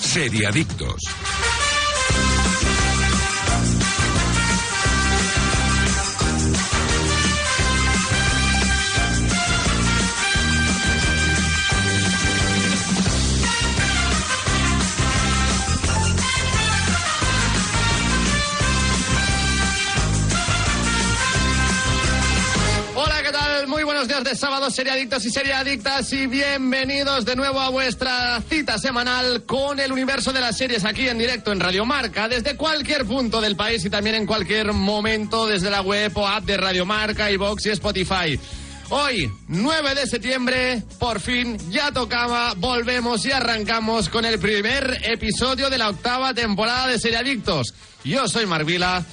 Seriadictos. Hola, ¿qué tal? Muy buenos días de sábado, seriadictos y seriadictas, y bienvenidos de nuevo a vuestra cita semanal con el universo de las series aquí en directo en Radio Marca, desde cualquier punto del país y también en cualquier momento desde la web o app de Radio Marca, iBox y Spotify. Hoy, 9 de septiembre, por fin ya tocaba, volvemos y arrancamos con el primer episodio de la octava temporada de Seriadictos. Yo soy Marvila.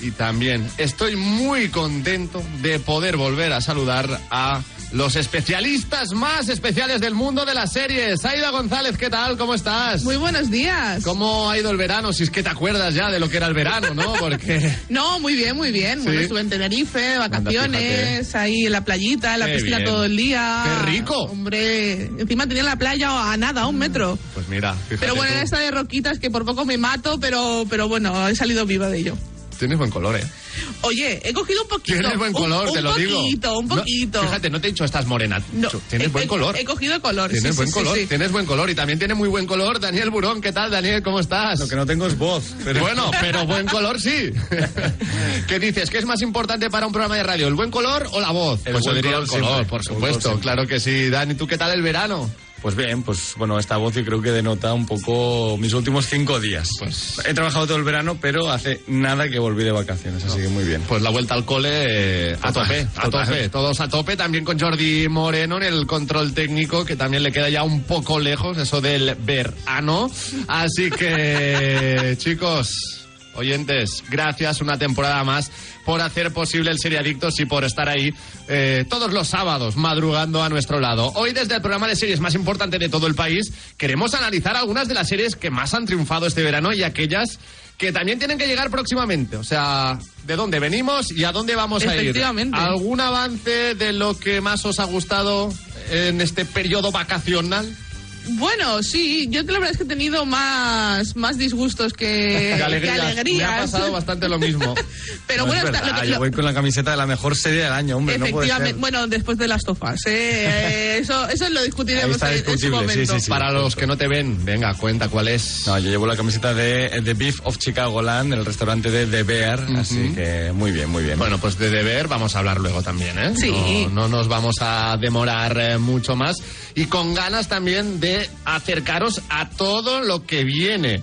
Y también estoy muy contento de poder volver a saludar a los especialistas más especiales del mundo de las series. Aida González, ¿qué tal? ¿Cómo estás? Muy buenos días. ¿Cómo ha ido el verano? Si es que te acuerdas ya de lo que era el verano, ¿no? Porque... No, muy bien, muy bien. Bueno, estuve en Tenerife, de vacaciones, ahí en la playita, en la Qué piscina bien. todo el día. ¡Qué rico! Hombre, encima tenía la playa a nada, a un metro. Pues mira, fíjate Pero bueno, tú. era esta de roquitas que por poco me mato, pero, pero bueno, he salido viva de ello. tienes buen color, ¿eh? Oye, he cogido un poquito. Tienes buen color, un, te lo Un digo. poquito, un No, poquito. fíjate, no te he dicho estás morena. No, tienes he- buen he- color. He cogido color. sí, Tienes sí, buen sí, color, sí. tienes buen color y también tiene muy buen color Daniel Burón. ¿Qué tal, Daniel? ¿Cómo estás? Lo que no tengo es voz. Pero... Bueno, pero buen color sí. ¿Qué dices? ¿Qué es más importante para un programa de radio? ¿El buen color o la voz? El pues yo buen diría el color color, siempre, por el supuesto. buen color claro que sí. Dani, ¿tú qué tal el verano? Pues bien, pues bueno, esta voz yo creo que denota un poco mis últimos cinco días. Pues he trabajado todo el verano, pero hace nada que volví de vacaciones, así que muy bien. Pues la vuelta al cole eh, a Total, tope, a total. tope, todos a tope, también con Jordi Moreno en el control técnico, que también le queda ya un poco lejos eso del verano. Así que, chicos, oyentes, gracias una temporada más por hacer posible el Seriadictos y por estar ahí eh, todos los sábados madrugando a nuestro lado. Hoy desde el programa de series más importante de todo el país, queremos analizar algunas de las series que más han triunfado este verano y aquellas que también tienen que llegar próximamente. O sea, de dónde venimos y a dónde vamos a ir. Efectivamente. ¿Algún avance de lo que más os ha gustado en este periodo vacacional? Bueno, sí, yo la verdad es que he tenido más, más disgustos que, Qué que alegrías. Me ha alegrías. pasado bastante lo mismo. Pero No bueno, es está- verdad, Ah, lo que- yo lo- voy con la camiseta de la mejor serie del año, hombre, no puede efectivamente, ser. bueno, después de las tofas, ¿eh? Eh, eso, eso lo Ahí discutiremos está en, en su discutible, sí, momento. sí, sí. Para los que no te ven, venga, cuenta cuál es. No, yo llevo la camiseta de The Beef of Chicagoland, el restaurante de The Bear, así que muy bien, muy bien. Bueno, pues de deber vamos a hablar luego también, ¿eh? Sí. No, no nos vamos a demorar eh, mucho más. Y con ganas también de acercaros a todo lo que viene.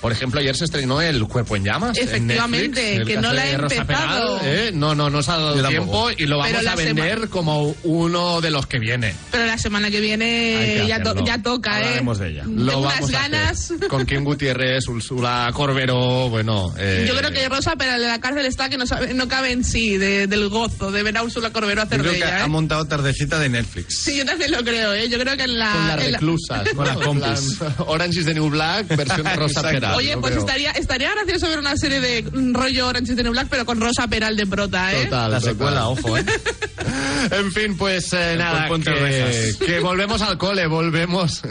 Por ejemplo, ayer se estrenó El Cuerpo en Llamas. en Efectivamente, Netflix, el que no caso la he de Rosa empezado. Peral, ¿eh? No, no, nos ha Yo dado tampoco. tiempo y lo Pero vamos la a vender como uno de los que viene. Pero la semana que Hay viene que Eh, ya, to- hacerlo. ya toca, ¿eh? Hablaremos de ella. Tengo Lo unas vamos a hacer. ganas. Con Kim Gutiérrez, Úrsula Corberó, bueno. eh, Yo creo que Rosa Peral de la cárcel está que no, sabe- no cabe en sí de- del gozo de ver a Úrsula Corberó Yo hacer creo de que ella, ha ¿eh? montado tardecita de Netflix. Sí, yo también lo creo, ¿eh? Yo creo que en la... Con las en la- reclusas, Con las ¿no? En plan, compis. Orange is the New Black, versión de Rosa Exacto. Peral. Oye, yo pues creo. estaría, estaría gracioso ver una serie de mm, rollo Orange is the New Black, pero con Rosa Peral de prota, ¿eh? Total, La total. secuela, ojo, ¿eh? En fin, pues eh, nada, cuerpo entre que, orejas. que volvemos al cole, volvemos.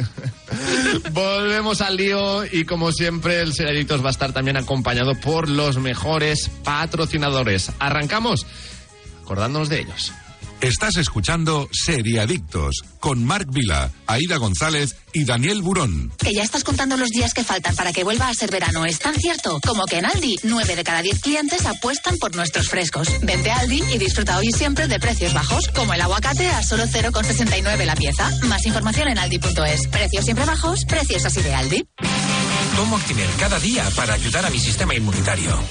volvemos al lío y como siempre el Seriadictos va a estar también acompañado por los mejores patrocinadores. Arrancamos acordándonos de ellos. Estás escuchando Seriadictos con Marc Vila, Aida González y Daniel Burón. Que ya estás contando los días que faltan para que vuelva a ser verano, es tan cierto como que en Aldi, 9 de cada 10 clientes apuestan por nuestros frescos. Vente a Aldi y disfruta hoy y siempre de precios bajos, como el aguacate a solo 0,69 la pieza. Más información en aldi.es. Precios siempre bajos, precios así de Aldi. Tomo Actimel cada día para ayudar a mi sistema inmunitario.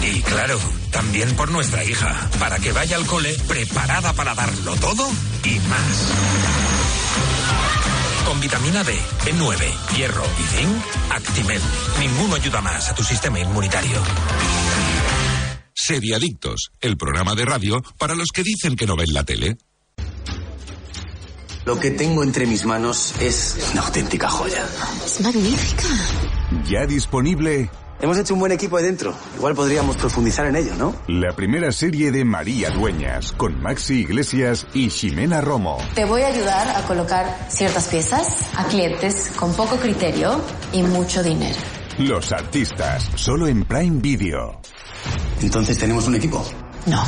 Y claro, también por nuestra hija, para que vaya al cole preparada para darlo todo y más. Con vitamina D, B9, hierro y zinc, Actimel. Ninguno ayuda más a tu sistema inmunitario. Seriadictos, el programa de radio para los que dicen que no ven la tele. Lo que tengo entre mis manos es una auténtica joya. Es magnífica. Ya disponible Hemos hecho un buen equipo ahí dentro. Igual podríamos profundizar en ello, ¿no? La primera serie de María Dueñas, con Maxi Iglesias y Ximena Romo. Te voy a ayudar a colocar ciertas piezas a clientes con poco criterio y mucho dinero. Los artistas, solo en Prime Video. Entonces tenemos un equipo. No.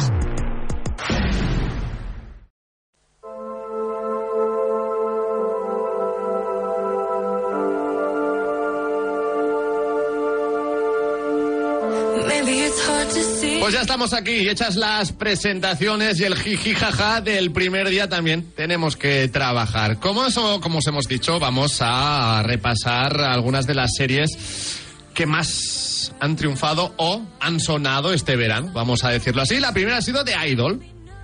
Pues ya estamos aquí, hechas las presentaciones y el jiji jaja del primer día también tenemos que trabajar. Como, eso, como os hemos dicho, vamos a repasar algunas de las series que más han triunfado o han sonado este verano, vamos a decirlo así. La primera ha sido de Idol.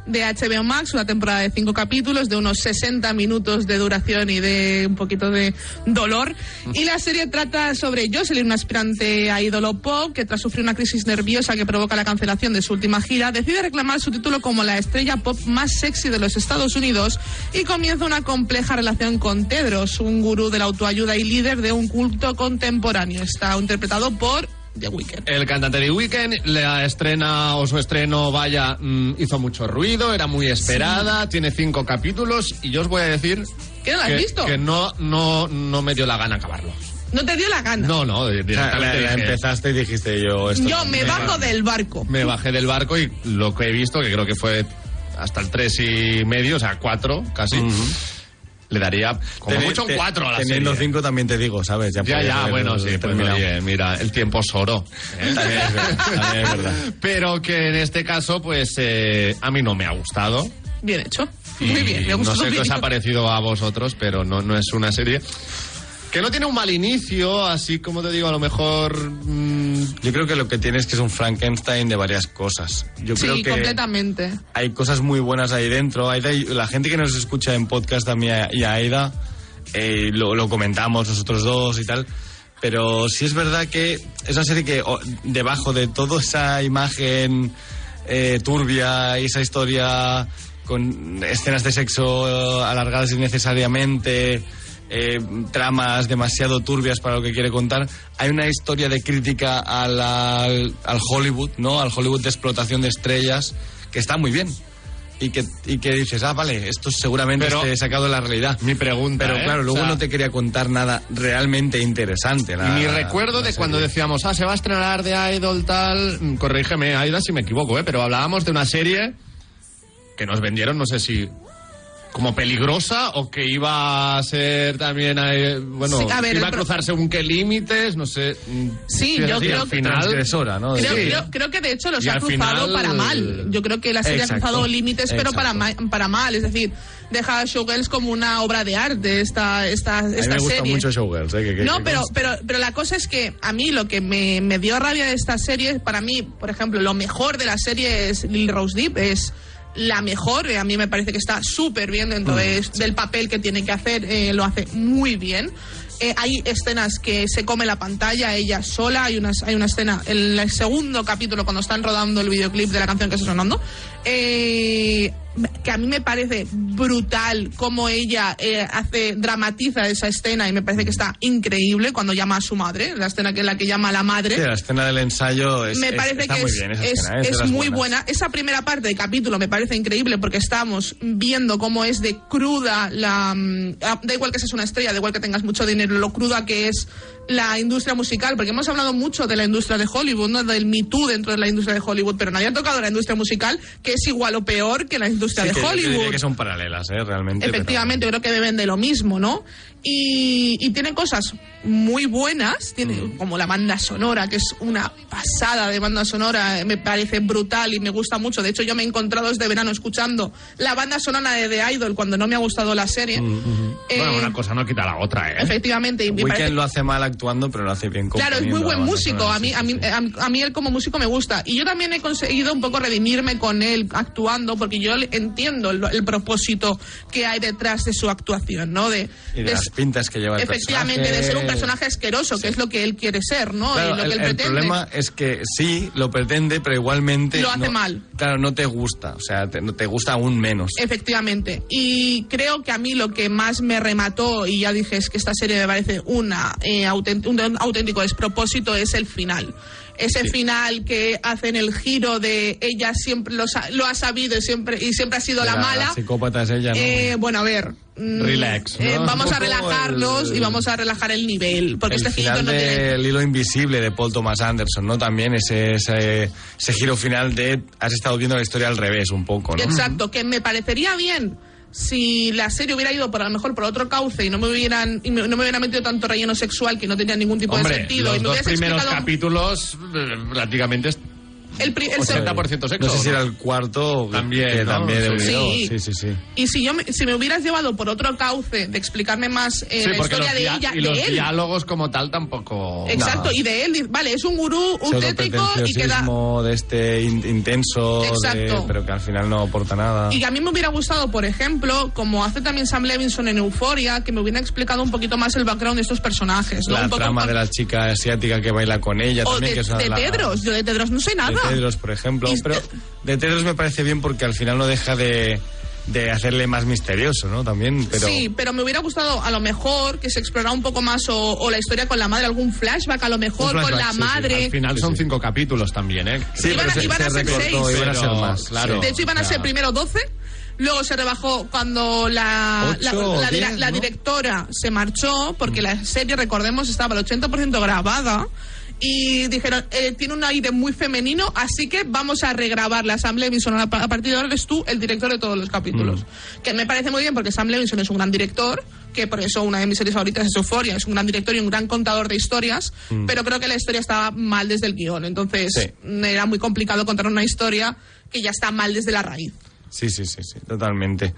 de HBO Max, una temporada de cinco capítulos, de unos 60 minutos de duración y de un poquito de dolor. Mm. Y la serie trata sobre Jocelyn, una aspirante a ídolo pop, que tras sufrir una crisis nerviosa que provoca la cancelación de su última gira, decide reclamar su título como la estrella pop más sexy de los Estados Unidos y comienza una compleja relación con Tedros, un gurú de la autoayuda y líder de un culto contemporáneo. Está interpretado por The Weeknd. El cantante de Weekend, la estrena o su estreno, vaya, mm, hizo mucho ruido, era muy esperada, tiene cinco capítulos y yo os voy a decir ¿Que no la has que, visto? que no, no, no me dio la gana acabarlo. No te dio la gana. No, no, di- O sea, la- directamente la dije, empezaste y dijiste yo esto. Yo me bajo del barco. me bajé del barco y lo que he visto, que creo que fue hasta el tres y medio, o sea, cuatro casi, le daría como Teni- mucho un te- cuatro a la Teniendo serie. cinco también te digo, ¿sabes? Ya, podías ya, haber bueno, sí, pues, terminado. oye, mira, el tiempo es oro. ¿eh? También es verdad, también es verdad. Pero que en este caso, pues eh, a mí no me ha gustado. Bien hecho. Y Muy bien, me gusta No sé qué os ha parecido a vosotros, pero no, no es una serie que no tiene un mal inicio, así como te digo, a lo mejor. mm, Yo creo que lo que tienes que es un Frankenstein de varias cosas. Yo creo Sí, que completamente. hay cosas muy buenas ahí dentro. Aida y- la gente que nos escucha en podcast a mí y a Aida, eh, lo, lo comentamos nosotros dos y tal. Pero sí es verdad que es una serie que o, debajo de toda esa imagen eh, turbia y esa historia con escenas de sexo eh, alargadas innecesariamente, eh, tramas demasiado turbias para lo que quiere contar, hay una historia de crítica a la- al, al Hollywood, ¿no? Al Hollywood de explotación de estrellas, que está muy bien. Y que, y que dices, ah, vale, esto seguramente Pero- esté sacado de la realidad. Mi pregunta, Pero ¿eh? claro, luego O sea- no te quería contar nada realmente interesante. la- Ni recuerdo de la serie. cuando decíamos, ah, se va a estrenar de Idol tal. mm, Corrígeme, Aida, si me equivoco, ¿eh? pero hablábamos de una serie que nos vendieron, no sé si como peligrosa o que iba a ser también, eh, bueno, Sí, a ver, iba a el pro- cruzar según qué límites, no sé. mm, si Sí, es yo así, creo al que- final. Transgresora, ¿no? Creo, Sí. creo- creo que de hecho los Y ha al cruzado final- para mal. Yo creo que la serie Exacto, ha cruzado límites, pero exacto. para, ma- para mal. Es decir, deja a Showgirls como una obra de arte, esta, esta, A mí esta me gusta serie. mucho Showgirls, ¿eh? que- que- No, que pero, conste. pero, pero la cosa es que a mí lo que me, me dio rabia de esta serie, para mí, por ejemplo, lo mejor de la serie es Lil Rose Deep, es la mejor, eh, a mí me parece que está súper bien dentro Mm. de- del papel que tiene que hacer, eh, lo hace muy bien. Eh, hay escenas que se come la pantalla ella sola, hay una, hay una escena en el segundo capítulo cuando están rodando el videoclip de la canción que está sonando, eh, que a mí me parece brutal cómo ella eh, hace dramatiza esa escena y me parece que está increíble cuando llama a su madre, la escena que la que llama a la madre Sí, la escena del ensayo es, me es- parece está que muy es, bien esa es- escena, ¿eh? de es las muy buenas. buena. Esa primera parte del capítulo me parece increíble porque estamos viendo cómo es de cruda la... mm, ah, Da igual que seas una estrella, da igual que tengas mucho dinero, lo cruda que es la industria musical, porque hemos hablado mucho de la industria de Hollywood, ¿no? del Me Too dentro de la industria de Hollywood, pero nadie ha tocado la industria musical, que es igual o peor que la industria Sí, de que yo- yo diría Hollywood. que son paralelas, ¿eh? Realmente. pero- Efectivamente, yo creo que deben de lo mismo, ¿no? Y, y tiene cosas muy buenas, tiene, Mm. como la banda sonora, que es una pasada de banda sonora, eh, me parece brutal y me gusta mucho. De hecho, yo me he encontrado este verano escuchando la banda sonora de The Idol cuando no me ha gustado la serie. Eh, Mm, Bueno, una cosa no quita la otra, ¿eh? Efectivamente, y me Weeknd parece- lo hace mal actuando, pero lo hace bien Claro, es muy componiendo, buen además, músico. ¿no? A mí, a, mí, a, a mí él como músico me gusta. Y yo también he conseguido un poco redimirme con él él actuando, porque yo le- entiendo el, el propósito que hay detrás de su actuación, ¿no? De, Y de de las s- pintas que lleva el Efectivamente, personaje. de ser un personaje asqueroso, que es lo que él quiere ser, ¿no? Claro, y lo que el, él el pretende. problema es que sí, lo pretende, pero igualmente... Lo hace no- mal. Claro, no te gusta, o sea, te, no te gusta aún menos. Efectivamente. Y creo que a mí lo que más me remató, y ya dije, es que esta serie me parece una, eh, autént- un auténtico despropósito, es el final. Ese final que hacen el giro de ella siempre lo, sa- lo ha sabido y siempre, y siempre ha sido la, La mala. psicópata es ella, ¿no? Eh, bueno, a ver. mm, Relax, ¿no? eh, Un vamos poco a relajarnos el- y vamos a relajar el nivel, porque el este girito final no tiene. del hilo invisible de Paul Thomas Anderson, ¿no? También ese, ese, ese giro final de has estado viendo la historia al revés un poco, ¿no? Exacto, que me parecería bien si la serie hubiera ido por a lo mejor por otro cauce y no me hubieran y me- no me hubieran metido tanto relleno sexual que no tenía ningún tipo de Hombre, sentido los y me dos hubieras primeros explicado capítulos eh, prácticamente es el, pri- el segundo. 80% sexo. Eh, No sé si ¿no? era el cuarto También, que ¿no? también Sí. olvidó. Sí. sí, sí, sí. y si yo me, si me hubieras llevado por otro cauce de explicarme más eh, Sí, la porque historia los de dia- ella y de los él diálogos como tal tampoco... exacto y de él dice, vale es un gurú un tético y queda Pseudopretenciosismo de este in- intenso, de- Exacto. pero que al final no aporta nada. Y que a mí me hubiera gustado, por ejemplo, como hace también Sam Levinson en Euforia, que me hubiera explicado un poquito más el background de estos personajes. ¿no? la un poco trama de la chica asiática que baila con ella O también, de, que es una de la- Tedros, yo de Tedros no sé nada. de Tedros, por ejemplo. Y- este- Pero de Tedros me parece bien porque al final no deja de, de hacerle más misterioso, ¿no? También, pero... Sí, pero me hubiera gustado a lo mejor que se explorara un poco más o, o la historia con la madre, algún flashback a lo mejor Un con flashback, la sí, sí, madre. Al final Sí, son sí. cinco capítulos también, ¿eh? Sí, Iban pero a- se, iban se a ser recortó, seis. iban a ser Pero, más. claro. sí. de hecho, iban a ya. ser primero 12, luego se rebajó cuando la, Ocho la, o la dira- diez, la ¿no? directora se marchó, porque la serie, recordemos, estaba al 80% grabada. Y dijeron, eh, tiene un aire muy femenino, así que vamos a regrabarla. Sam Levinson, a pa- a partir de ahora eres tú el director de todos los capítulos. Que me parece muy bien porque Sam Levinson es un gran director, que por eso una de mis series favoritas es Euphoria, es un gran director y un gran contador de historias, pero creo que la historia estaba mal desde el guión. Entonces Sí. era muy complicado contar una historia que ya está mal desde la raíz. Sí, sí, sí, sí, totalmente.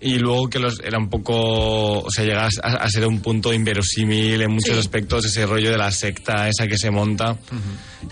Y luego que los, era un poco, o sea, llegaba a, a ser un punto inverosímil en muchos Sí. aspectos, ese rollo de la secta esa que se monta.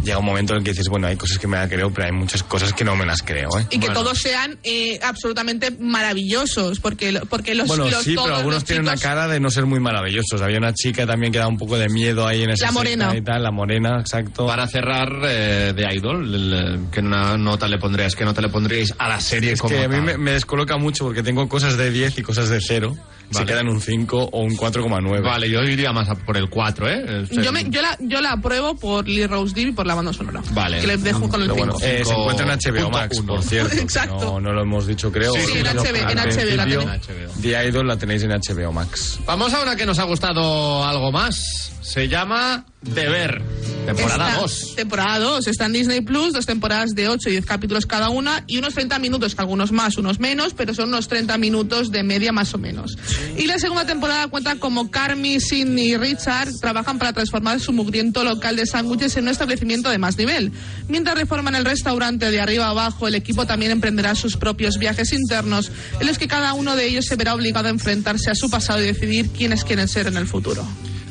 Llega un momento en el que dices, bueno, hay cosas que me las creo, pero hay muchas cosas que no me las creo, ¿eh? y que todos sean eh, absolutamente maravillosos porque lo- porque los, Bueno, los- sí, todos pero los algunos tienen una chicos- cara de no ser muy maravillosos. Había una chica también que daba un poco de miedo ahí en esa La secta morena. y tal, la morena, exacto. Para cerrar eh, de Idol, el, eh, ¿qué una nota le pondrías? ¿Qué nota le pondríais a la serie Es como que a mí tal? me, me descoloca mucho porque tengo cosas de 10 y cosas de 0. Se Vale. quedan un 5 o un 4,9. Vale, yo iría más a por el 4, ¿eh? Eh, yo, me- yo la, yo la apruebo por Lee Rose Deep y por la banda sonora. Vale. Que les dejo con el Pero bueno, cinco. eh, se Cinco encuentra en HBO punto Max, uno. por cierto. que Exacto. No, no lo hemos dicho, creo. Sí, Lo sí, hemos en dicho HBO, en HBO al la principio. tenéis. En HBO. The Idol la tenéis en HBO Max. Vamos a una que nos ha gustado algo más. Se llama Deber, temporada Está- 2. Temporada 2. Está en Disney Plus, dos temporadas de 8 y 10 capítulos cada una y unos 30 minutos, que algunos más, unos menos, pero son unos 30 minutos de media más o menos. Y la segunda temporada cuenta como Carmi, Sidney y Richard trabajan para transformar su mugriento local de sándwiches en un establecimiento de más nivel. Mientras reforman el restaurante de arriba abajo, el equipo también emprenderá sus propios viajes internos en los que cada uno de ellos se verá obligado a enfrentarse a su pasado y decidir quiénes quieren ser en el futuro.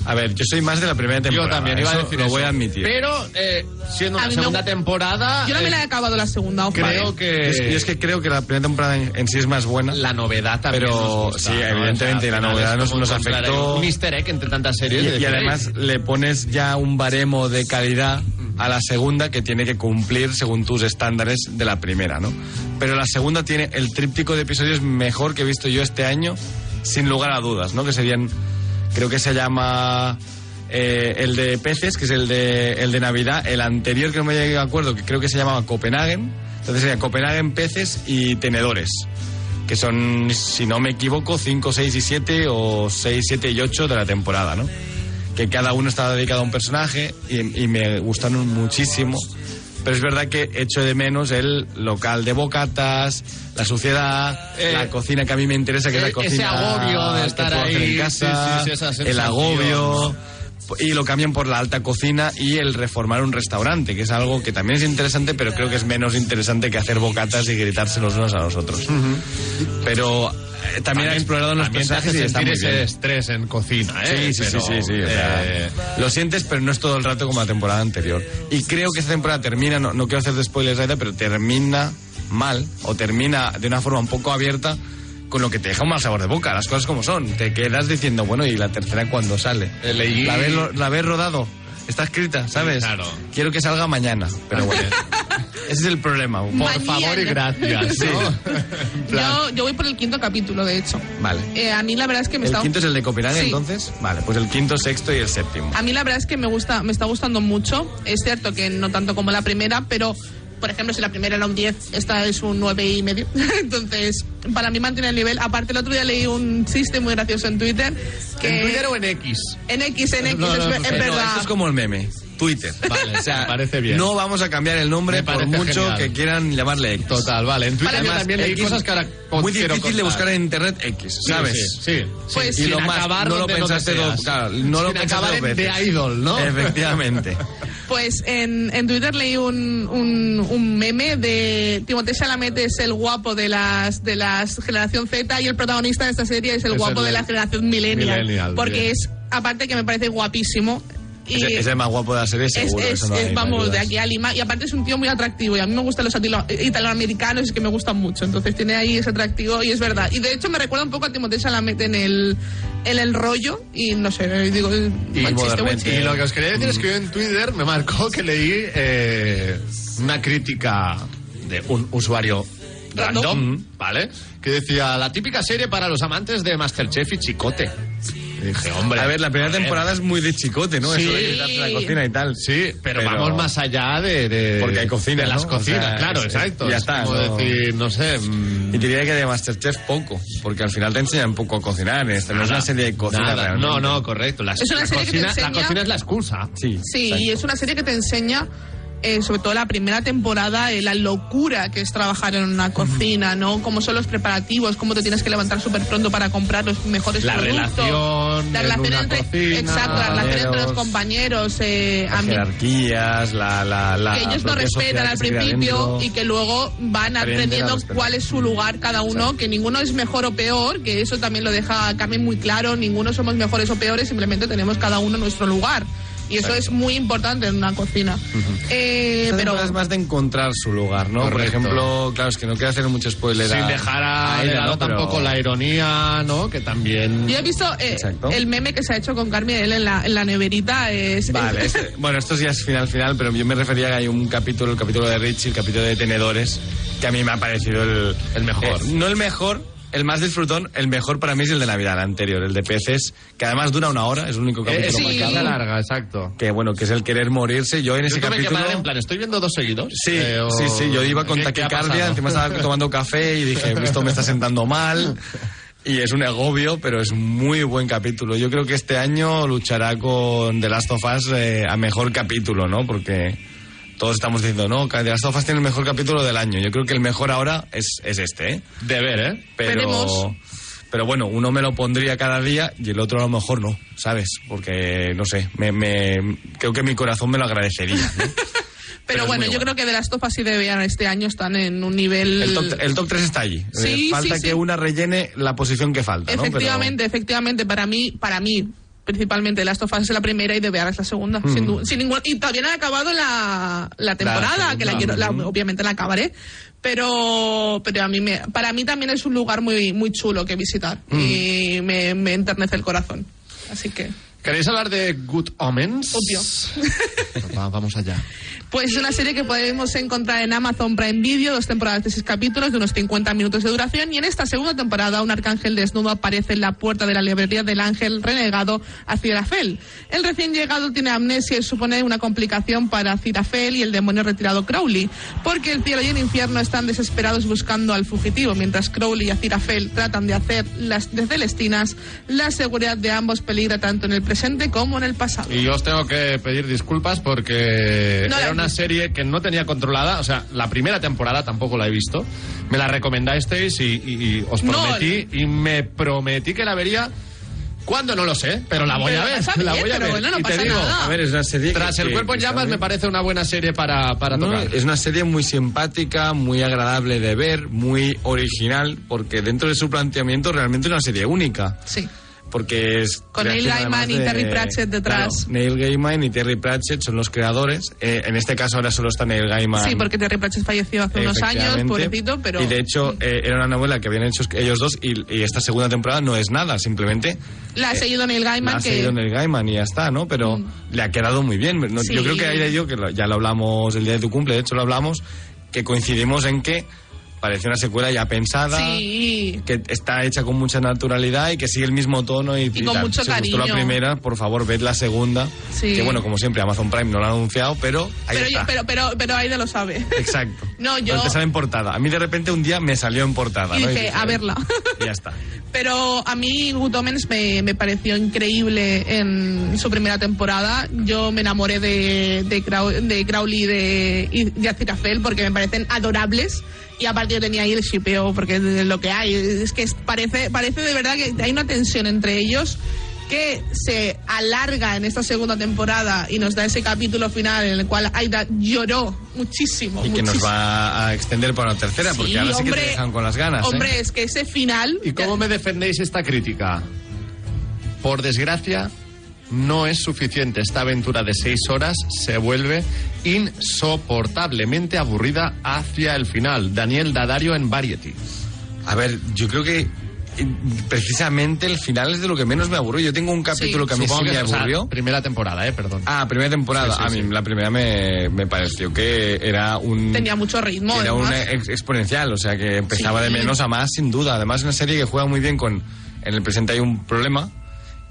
A ver, yo soy más de la primera temporada. Yo también iba a eso decir Lo eso. voy a admitir. Pero eh, siendo A una mí me segunda gu- temporada, Yo no me la he eh, acabado la segunda, ¿eh? ojo. creo Vale. Yo que es, yo es que creo que la primera temporada en, en sí es más buena. la novedad también Pero nos gusta, sí, ¿no? evidentemente, O sea, al la final novedad es nos- como nos encontrar afectó. ahí Un easter egg entre tantas y, series. y decir, además le pones ya un baremo de calidad a la segunda que tiene que cumplir según tus estándares de la primera, ¿no? Pero la segunda tiene el tríptico de episodios mejor que he visto yo este año, sin lugar a dudas, ¿no? Que serían, creo que se llama eh, el de peces, que es el de, el de Navidad, el anterior que no me llegué a acuerdo, que creo que se llamaba Copenhagen, entonces sería Copenhagen, peces y tenedores. Que son, si no me equivoco, 5, 6 y 7 o 6, 7 y 8 de la temporada, ¿no? que cada uno estaba dedicado a un personaje y, y me gustaron muchísimo. Pero es verdad que echo de menos el local de bocatas, la suciedad, Eh, la cocina que a mí me interesa, que es la ese cocina. agobio de que estar puedo hacer ahí, en casa, sí, sí, sí, esa el sensación. agobio. Y lo cambian por la alta cocina y el reformar un restaurante, que es algo que también es interesante, pero creo que es menos interesante que hacer bocatas y gritarse los unos a los otros. Pero eh, también, ha explorado los también te hace personajes y está sentir muy ese bien. estrés en cocina, Sí, ¿eh? sí, Pero, sí, sí, sí, o sea, eh, lo sientes, pero no es todo el rato como la temporada anterior. Y creo que esta temporada termina, no, no quiero hacer de spoilers, Aida, pero termina mal o termina de una forma un poco abierta, con lo que te deja un mal sabor de boca, las cosas como son. Te quedas diciendo, bueno, ¿y la tercera cuando sale? Leí- La ves, lo- la ves rodado, está escrita, ¿sabes? claro. Quiero que salga mañana, pero bueno. Ese es el problema. Por Mañana. favor y gracias. Sí. ¿no? En plan, Yo, yo voy por el quinto capítulo, de hecho. Vale. Eh, a mí la verdad es que me ¿El está... quinto es el de Copenhague, Sí. Ah, entonces? Vale, pues el quinto, sexto y el séptimo. A mí la verdad es que me gusta, me está gustando mucho. Es cierto que no tanto como la primera, pero por ejemplo, si la primera era un 10, esta es un 9 y medio. Entonces, para mí mantiene el nivel. Aparte, el otro día leí un chiste muy gracioso en Twitter que ¿En Twitter o en X? en X, en X, No, no, es, no, ver- no, es no, Eh, no, verdad. eso es como el meme. Twitter. Vale, o sea, me parece bien. No vamos a cambiar el nombre Me por parece mucho genial. que quieran llamarle X. Total, vale. En Twitter Para mí además, también leí X, cosas que ahora Muy quiero difícil de contar. buscar en internet X, Sí, ¿sabes? Sí, sí. Pues Sí, y sin lo más, acabar no lo donde pensaste seas. dos, claro, no lo Sin pensaste acabar dos en veces. The Idol, ¿no? Efectivamente. Pues en, en Twitter leí un, un, un meme de Timothée Chalamet es el guapo de las de las generación Z y el protagonista de esta serie es el Es guapo el- de la generación millennial, millennial, porque bien. es aparte que me parece guapísimo y Ese- es el más guapo de la serie, es- seguro. es- eso no es, hay- no hay vamos de dudas. aquí a Lima y aparte es un tío muy atractivo y a mí me gustan los atilo- italoamericanos que me gustan mucho entonces tiene ahí ese atractivo y es verdad y de hecho me recuerda un poco a Timothée Chalamet en el en el rollo y no sé digo buen chiste, buen modernete. chiste. Y lo que os quería decir es que yo en Twitter me marcó que leí eh, una crítica de un usuario Random. random, Mm. ¿vale? Que decía, la típica serie para los amantes de Masterchef y Chicote. Y dije, hombre... A ver, la primera a ver, temporada es muy de chicote, ¿no? Eso de Sí. quitarte la cocina y tal. Sí, pero, vamos más allá de, de- Porque hay cocina, de las ¿no? cocinas, O sea, claro, es- exacto. ya Es está, Como no- decir, no sé. mm, Y te diría que de Masterchef poco, porque al final te enseñan poco a cocinar. Esta no es nada, una serie de cocina mm, nada. realmente. No, no, correcto. La, Es una la serie que te cocina, la enseña- cocina es la excusa. Sí, Sí, exacto. y es una serie que te enseña, eh, sobre todo la primera temporada, eh, la locura que es trabajar en una cocina, ¿no? Cómo son los preparativos, cómo te tienes que levantar súper pronto para comprar los mejores La productos. relación en una entre, cocina, exacto, la relación entre los compañeros. compañeros, eh, las ambi- jerarquías, la, la, la que ellos no propia respetan sociedad al que se crea principio dentro. y que luego van Aprenden a aprendiendo respetar. cuál es su lugar cada uno, Exacto. que ninguno es mejor o peor, que eso también lo deja Carmen muy claro, ninguno somos mejores o peores, simplemente tenemos cada uno nuestro lugar. Y eso es muy importante en una cocina. Eh, pero Esta temporada es más de encontrar su lugar, ¿no? Por Correcto. ejemplo, claro, es que no quiero hacer mucho spoiler. Sin dejar a, de ella, lado ¿no? Pero- tampoco la ironía, ¿no? Que también... yo he visto eh, Exacto. el meme que se ha hecho con Carmen y él en la, en la neverita. Es, Vale, este- bueno, esto ya es final final, pero yo me refería a que hay un capítulo, el capítulo de Richie, el capítulo de Tenedores, que a mí me ha parecido el, El mejor. eh, no el mejor, el más disfrutón, el mejor para mí es el de Navidad, el anterior, el de peces, que además dura una hora, es el único Eh, capítulo sí, marcado. cada larga, exacto. Que bueno, que es el querer morirse. Yo en ese Yo tuve que capítulo. parar en plan, ¿estoy viendo dos seguidos? Sí, Eh, o- sí, sí, yo iba con ¿Qué- qué ha taquicardia, pasado? encima estaba tomando café y dije, esto me está sentando mal. Y es un agobio, pero es un muy buen capítulo. Yo creo que este año luchará con The Last of Us eh, a mejor capítulo, ¿no? Porque todos estamos diciendo, no, que The Last of Us tiene el mejor capítulo del año. Yo creo que el mejor ahora es, es este, ¿eh? De ver, ¿eh? Pero, Veremos. pero bueno, uno me lo pondría cada día y el otro a lo mejor no, ¿sabes? Porque, no sé, me, me- creo que mi corazón me lo agradecería. ¿no? pero pero es bueno, muy yo bueno. creo que de las topas y de Vean este año están en un nivel. El top, el top 3 está allí. Sí, Eh, falta sí, que sí. una rellene la posición que falta. ¿no? Pero- Efectivamente, efectivamente, para mí, para mí principalmente Last of Us es la primera y The Bear es la segunda Mm. sin, du- sin ningún- y todavía no he acabado la, la temporada que la quiero la- obviamente la acabaré pero pero a mí me, para mí también es un lugar muy muy chulo que visitar Mm. y me, me enternece el corazón así que ¿Queréis hablar de Good Omens? Obvio. Pues va- vamos allá. Pues es una serie que podemos encontrar en Amazon Prime Video, dos temporadas de seis capítulos de unos 50 minutos de duración. Y en esta segunda temporada, un arcángel desnudo aparece en la puerta de la librería del ángel renegado a Cirafel. El recién llegado tiene amnesia y supone una complicación para Cirafel y el demonio retirado Crowley, porque el cielo y el infierno están desesperados buscando al fugitivo. Mientras Crowley y Cirafel tratan de hacer las de Celestinas, la seguridad de ambos peligra tanto en el presente como en el pasado. Y yo os tengo que pedir disculpas porque No la era he una visto. serie que no tenía controlada. O sea, la primera temporada tampoco la he visto. Me la recomendasteis y, y- y os No. prometí y me prometí que la vería. ¿Cuándo? No lo sé, pero la voy Pero a ver. pasa La bien, voy a pero ver. bueno, no y te pasa digo, nada. A ver, es una serie. que- Tras el que- cuerpo en que llamas sabe- me parece una buena serie para, para No, eh, tocar. es una serie muy simpática, muy agradable de ver, muy original, porque dentro de su planteamiento realmente es una serie única. Sí. porque es... Con Neil creación Gaiman además y Terry Pratchett detrás. Claro, Neil Gaiman y Terry Pratchett son los creadores. Eh, en este caso ahora solo está Neil Gaiman. Sí, porque Terry Pratchett falleció hace unos años, Efectivamente. pobrecito, pero... Mm. Y de hecho eh, era una novela que habían hecho ellos dos y, y esta segunda temporada no es nada, simplemente... La ha eh, seguido Neil Gaiman, la ha que... Mm. seguido Neil Gaiman y ya está, ¿no? Pero le ha quedado muy bien. No, Sí. Yo creo que Aida y yo, que lo- ya lo hablamos el día de tu cumple, de hecho lo hablamos, que coincidimos en que parece una secuela ya pensada, Sí, que está hecha con mucha naturalidad y que sigue el mismo tono y, Y con mucho Si os cariño. gustó la primera, por favor, ved la segunda. Sí. Que bueno, como siempre, Amazon Prime no lo ha anunciado, pero ahí pero, yo- está. pero, pero, pero Aida lo sabe. Exacto. No, yo- Pero te sale en portada. A mí de repente un día me salió en portada. Y ¿no? dije, dije, a verla. Ya está. Pero a mí Good Omens me, me pareció increíble en su primera temporada. Yo me enamoré de, de, Crow- de Crowley y de, y de Aziraphale porque me parecen adorables. Y aparte yo tenía ahí el shipeo porque es lo que hay. Es que es- parece, parece de verdad que hay una tensión entre ellos que se alarga en esta segunda temporada y nos da ese capítulo final en el cual Aida lloró muchísimo. Y que nos muchísimo. va a extender para la tercera, Sí, porque ahora sí que hombre, te dejan con las ganas. ¿eh? Hombre, es que ese final... ¿Y cómo me defendéis esta crítica? Por desgracia, no es suficiente. Esta aventura de seis horas se vuelve insoportablemente aburrida hacia el final. Daniel Dadario en Variety. A ver, yo creo que eh, precisamente el final es de lo que menos me aburrió. Yo tengo un capítulo que a mí sí Supongo me que- o sea, aburrió. primera temporada, eh, perdón. Ah, primera temporada. Sí, sí, a mí sí. la primera me, me pareció que era un... Tenía mucho ritmo. Era además. una ex- exponencial, o sea que empezaba de menos a más, sin duda. Además, es una serie que juega muy bien con. En el presente hay un problema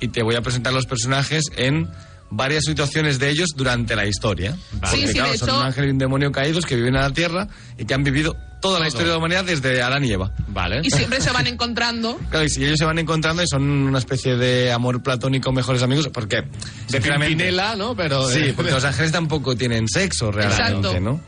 y te voy a presentar los personajes en varias situaciones de ellos durante la historia. Sí, Porque, sí, claro, de son hecho- un ángel y un demonio caídos que viven en la tierra y que han vivido toda la historia de la humanidad desde Adán y Eva. Vale. Y siempre se van encontrando. Claro, y si ellos se van encontrando y son una especie de amor platónico, mejores amigos, porque. sinceramente- Pimpinela, ¿no? Pero, eh, Sí, porque los ángeles tampoco tienen sexo realmente, Exacto. ¿no?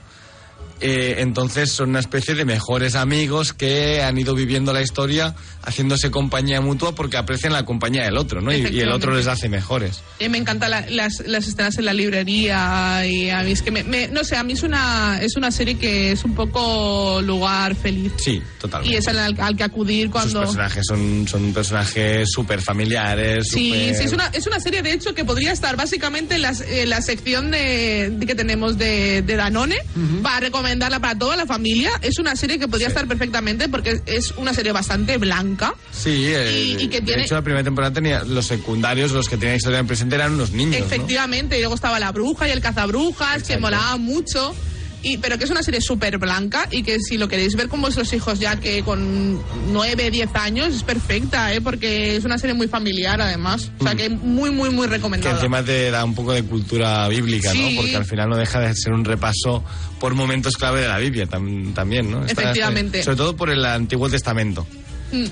Eh, entonces son una especie de mejores amigos que han ido viviendo la historia haciéndose compañía mutua porque aprecian la compañía del otro, ¿no? Y, y el otro Efectivamente. les hace mejores. Y Eh, me encantan la- las, las escenas en la librería y a mí es que me, me- no sé, a mí es una es una serie que es un poco lugar feliz. Sí, totalmente. Y es al, al que acudir Sus cuando personajes son, son personajes súper familiares, Sí, súper- sí, es una, es una serie de hecho que podría estar básicamente en las- en la sección de, de que tenemos de, de Danone para recomendarla para toda la familia. Es una serie que podría estar perfectamente porque es una serie bastante blanca. Sí, eh, Y- y que de tiene- hecho la primera temporada tenía los secundarios, los que tenían historia en presente eran unos niños, ¿no? Efectivamente, y luego estaba la bruja y el cazabrujas, que molaba mucho. Y, pero que es una serie súper blanca y que si lo queréis ver con vuestros hijos ya que con 9, 10 años es perfecta, ¿eh? porque es una serie muy familiar además. O sea Mm. que muy, muy, muy Que recomendada. encima te da un poco de cultura bíblica, Sí. ¿no? Porque al final no deja de ser un repaso por momentos clave de la Biblia tam- también, ¿no? Efectivamente. Mm. sobre todo por el Antiguo Testamento,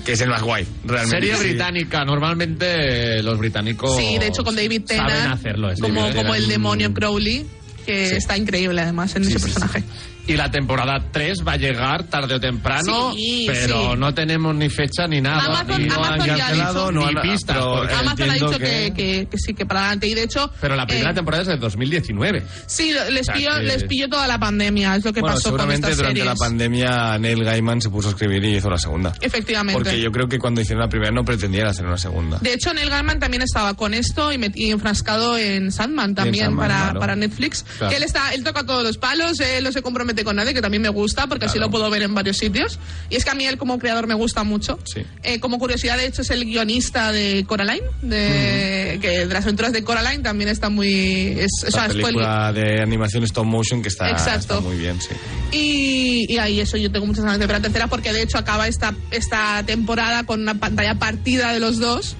que es el más guay, realmente. Serie Sí. británica. Normalmente eh, los británicos. Sí, de hecho con David Tennant, Saben hacerlo. es como, David como el Tennant. demonio Crowley, que está increíble además en ese personaje. Y la temporada 3 va a llegar tarde o temprano, Sí, pero sí. no tenemos ni fecha ni nada. Amazon- ni lo han Amazon ya ha cancelado, dicho- no Ni han- pistas, pero- porque- Amazon ha entiendo dicho que... que- que sí, que para adelante. Y de hecho... Pero la primera eh, temporada es de 2019. Sí, les sea, pilló, que- les pilló toda la pandemia, es lo que Bueno, pasó con seguramente estas durante series. la pandemia Neil Gaiman se puso a escribir y hizo la segunda. Efectivamente. Porque yo creo que cuando hicieron la primera no pretendían hacer una segunda. De hecho, Neil Gaiman también estaba con esto y, met- y enfrascado en Sandman también Sandman, para, claro. para Netflix. Claro. Que él está, él toca todos los palos, él no se compromete con nadie, que también me gusta porque así lo puedo ver en varios sitios. Y es que a mí él como creador me gusta mucho. Sí. Eh, como curiosidad, de hecho, es el guionista de Coraline, de, que de las aventuras de Coraline también está muy... Es, o sea, La es fue el- película de animación stop motion que está, Exacto. está muy bien, sí. Y, y ahí eso, yo tengo muchas ganas de ver la tercera porque de hecho acaba esta, esta temporada con una pantalla partida de los dos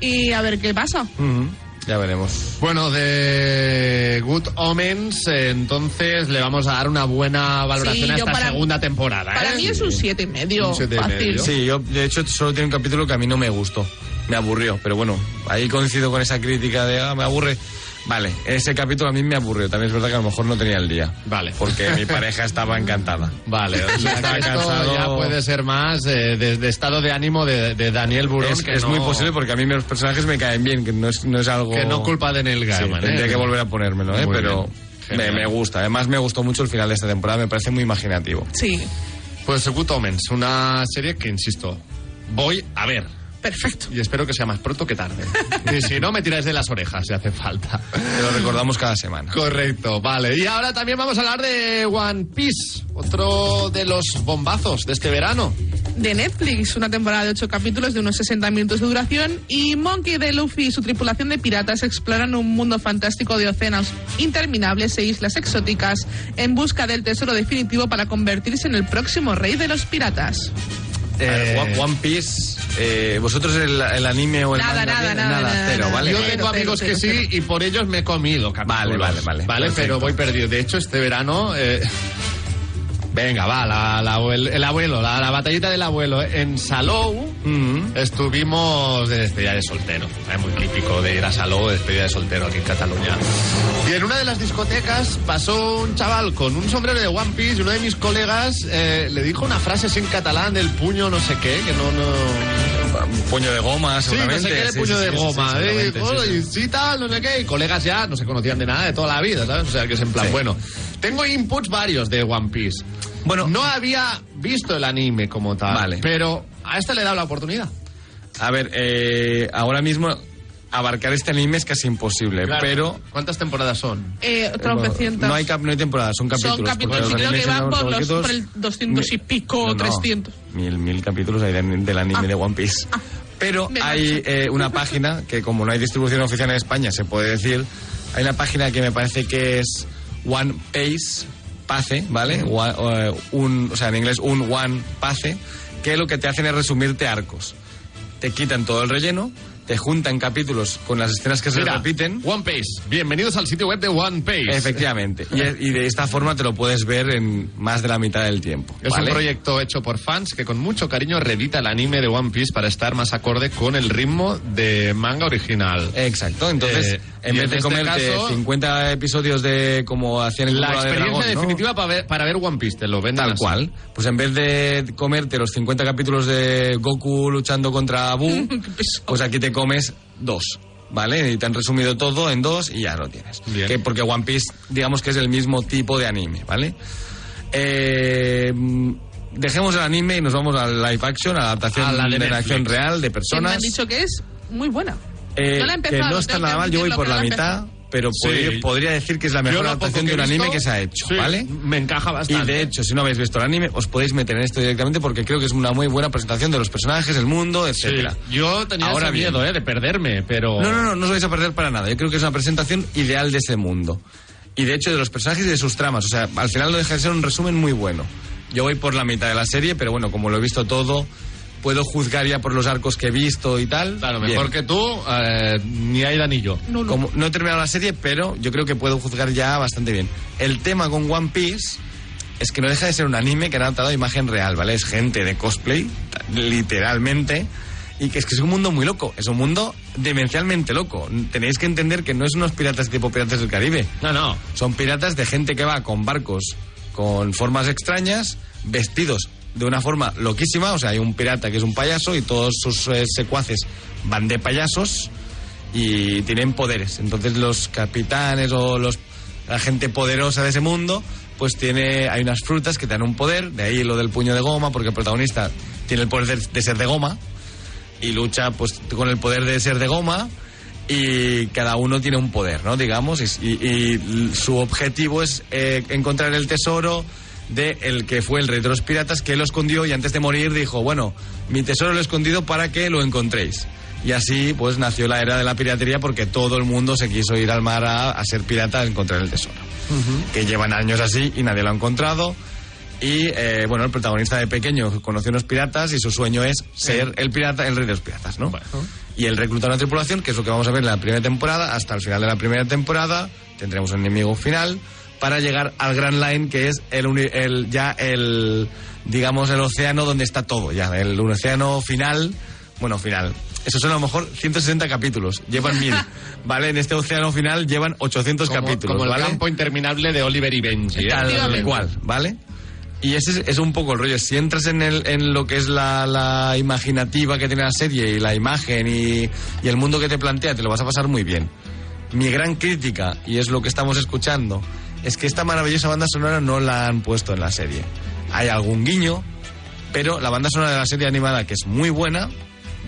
y a ver qué pasa. Ujú, Ya veremos. Bueno, de eh, Good Omens, eh, entonces le vamos a dar una buena valoración Sí, a yo esta para- segunda temporada. Para ¿eh? mí es un siete y medio. Un siete y fácil. medio. Sí, yo de hecho solo tiene un capítulo que a mí no me gustó. Me aburrió, pero bueno, ahí coincido con esa crítica de ah, me aburre. Vale, ese capítulo a mí me aburrió. También es verdad que a lo mejor no tenía el día. Vale. Porque mi pareja estaba encantada. Vale, o sea, Está que esto cansado. ya puede ser más eh, de, de estado de ánimo de, de Daniel Burón. Es, que es no- muy posible porque a mí los personajes me caen bien, que no es, no es algo... Que no culpa de Neil Sí, Gaiman. tendría ¿eh? que volver a ponérmelo, ¿eh? Muy pero bien. me, Genial. me gusta. Además me gustó mucho el final de esta temporada, me parece muy imaginativo. Sí. Pues Good Omens, una serie que, insisto, voy a ver. Perfecto. Y espero que sea más pronto que tarde. y si no, me tiráis de las orejas si hace falta. Te lo recordamos cada semana. Correcto, vale. Y ahora también vamos a hablar de One Piece, otro de los bombazos de este verano. de Netflix, una temporada de 8 capítulos de unos 60 minutos de duración, y Monkey de Luffy y su tripulación de piratas exploran un mundo fantástico de océanos interminables e islas exóticas en busca del tesoro definitivo para convertirse en el próximo rey de los piratas. A ver, Eh, One- One Piece, eh, vosotros el, el anime o el Nada, manga, nada, bien, nada, nada, cero, nada. ¿vale? Yo Cero, tengo cero, amigos que cero, sí y por ellos me he comido capítulos. Vale, vale, vale. Vale, pero Perfecto. voy perdido. De hecho, este verano. eh, Venga, va, Ah, la, la abuel- el abuelo, la, la batallita del abuelo. ¿eh? En Salou Mm. estuvimos de despedida de soltero. Es muy típico de ir a Salou de despedida de soltero aquí en Cataluña. Y en una de las discotecas pasó un chaval con un sombrero de One Piece y uno de mis colegas eh, le dijo una frase así en catalán del puño no sé qué, que no... no... Un puño de goma, Sí, no seguramente. sé qué, el Sí, puño sí, de sí, sí, goma. sí, ¿eh? seguramente, Joder, sí, sí. y sí, tal, no sé qué. Y colegas ya no se conocían de nada de toda la vida, ¿sabes? O sea, que es en plan, bueno. Tengo inputs varios de One Piece. Bueno. no había visto el anime como tal. Vale. Pero a este le he dado la oportunidad. A ver, eh, ahora mismo abarcar este anime es casi imposible, Claro. Eh, pero... ¿Cuántas temporadas son? Eh, tropecientas. No hay, cap- no hay temporada, son capítulos. Son capítulos, porque y creo los que animes van son por los- capítulos- por el 200 y Mi- pico, 300. Mil, mil capítulos hay de- del anime Ah. de One Piece. Ah. Pero Me hay marcho. eh, una página que, como no hay distribución oficial en España, se puede decir. Hay una página que me parece que es One Pace, Pace, ¿vale? One- eh, un, o sea, en inglés, un One Pace, que lo que te hacen es resumirte arcos. Te quitan todo el relleno, te juntan capítulos con las escenas que se Mira, repiten. One Piece. Bienvenidos al sitio web de One Piece. Efectivamente. Y, y de esta forma te lo puedes ver en más de la mitad del tiempo. Es ¿vale? un proyecto hecho por fans que con mucho cariño reedita el anime de One Piece para estar más acorde con el ritmo de manga original. Exacto, entonces Eh, en y vez en de este comerte caso- 50 episodios de como hacían en la Cúpula de experiencia Dragón, ¿no? definitiva para, ver, para ver One Piece, te lo venden tal así. cual, pues en vez de comerte los 50 capítulos de Goku luchando contra Buu, pues aquí te comes dos, ¿vale? Y te han resumido todo en dos y ya lo tienes. Bien. Que porque One Piece, digamos que es el mismo tipo de anime, ¿vale? Eh, dejemos el anime y nos vamos al live action, a la adaptación A la de de, la Netflix. acción real de Que me personas. han dicho que es muy buena. Eh, no la he empezado. que no tengo está nada mal, yo voy admitirlo, por pero la he mitad, empezado. pero Sí. podría, podría decir que es la Yo mejor lo poco adaptación que de un he anime visto, que se ha hecho, sí, ¿vale? Me encaja Y bastante. de hecho, si no habéis visto el anime, os podéis meter en esto directamente porque creo que es una muy buena presentación de los personajes, el mundo, Sí, etcétera. yo tenía Ahora ese bien. miedo, eh, de perderme, pero No, no, no, no os vais a perder para nada. Yo creo que es una presentación ideal de ese mundo. Y de hecho, de los personajes y de sus tramas. O sea, al final lo deja de ser un resumen muy bueno. Yo voy por la mitad de la serie, pero bueno, como lo he visto todo, puedo juzgar ya por los arcos que he visto y tal. claro, Bien. mejor que tú, eh, ni Aida ni yo. No, no. Como- no he terminado la serie, pero yo creo que puedo juzgar ya bastante bien. El tema con One Piece es que no deja de ser un anime que han adaptado a imagen real, ¿vale? Es gente de cosplay, ta- literalmente. Y que es que es un mundo muy loco, es un mundo demencialmente loco. Tenéis que entender que no es unos piratas tipo piratas del Caribe. No, no. Son piratas de gente que va con barcos con formas extrañas, vestidos de una forma loquísima. O sea, hay un pirata que es un payaso y todos sus eh, secuaces van de payasos y tienen poderes. Entonces los capitanes o los, la gente poderosa de ese mundo, pues tiene, hay unas frutas que te dan un poder, de ahí lo del puño de goma, porque el protagonista tiene el poder de- de ser de goma y lucha pues con el poder de ser de goma y cada uno tiene un poder, ¿no? Digamos, y, y- y l- su objetivo es eh, encontrar el tesoro de el que fue el rey de los piratas que lo escondió y antes de morir dijo, bueno, mi tesoro lo he escondido para que lo encontréis. Y así pues nació la era de la piratería porque todo el mundo se quiso ir al mar a, a ser pirata a encontrar el tesoro. Que llevan años así y nadie lo ha encontrado. Y eh, bueno, el protagonista de pequeño conoció unos piratas y su sueño es ser el pirata, el rey de los piratas, ¿no? Y él recluta una tripulación, que es lo que vamos a ver en la primera temporada, hasta el final de la primera temporada tendremos un enemigo final para llegar al Grand Line, que es el, uni- el- ya el, digamos, el océano donde está todo, ya, el océano final, bueno, final. Eso son a lo mejor 160 capítulos, llevan mil, ¿vale? En este océano final llevan 800 Como, capítulos, como el ¿vale? campo interminable de Oliver y Benji. ¿eh? Tal cual, ¿vale? Y ese es, es un poco el rollo. Si entras en, el, en lo que es la, la imaginativa que tiene la serie y la imagen y, y el mundo que te plantea, te lo vas a pasar muy bien. Mi gran crítica, y es lo que estamos escuchando, es que esta maravillosa banda sonora no la han puesto en la serie. Hay algún guiño, pero la banda sonora de la serie animada, que es muy buena,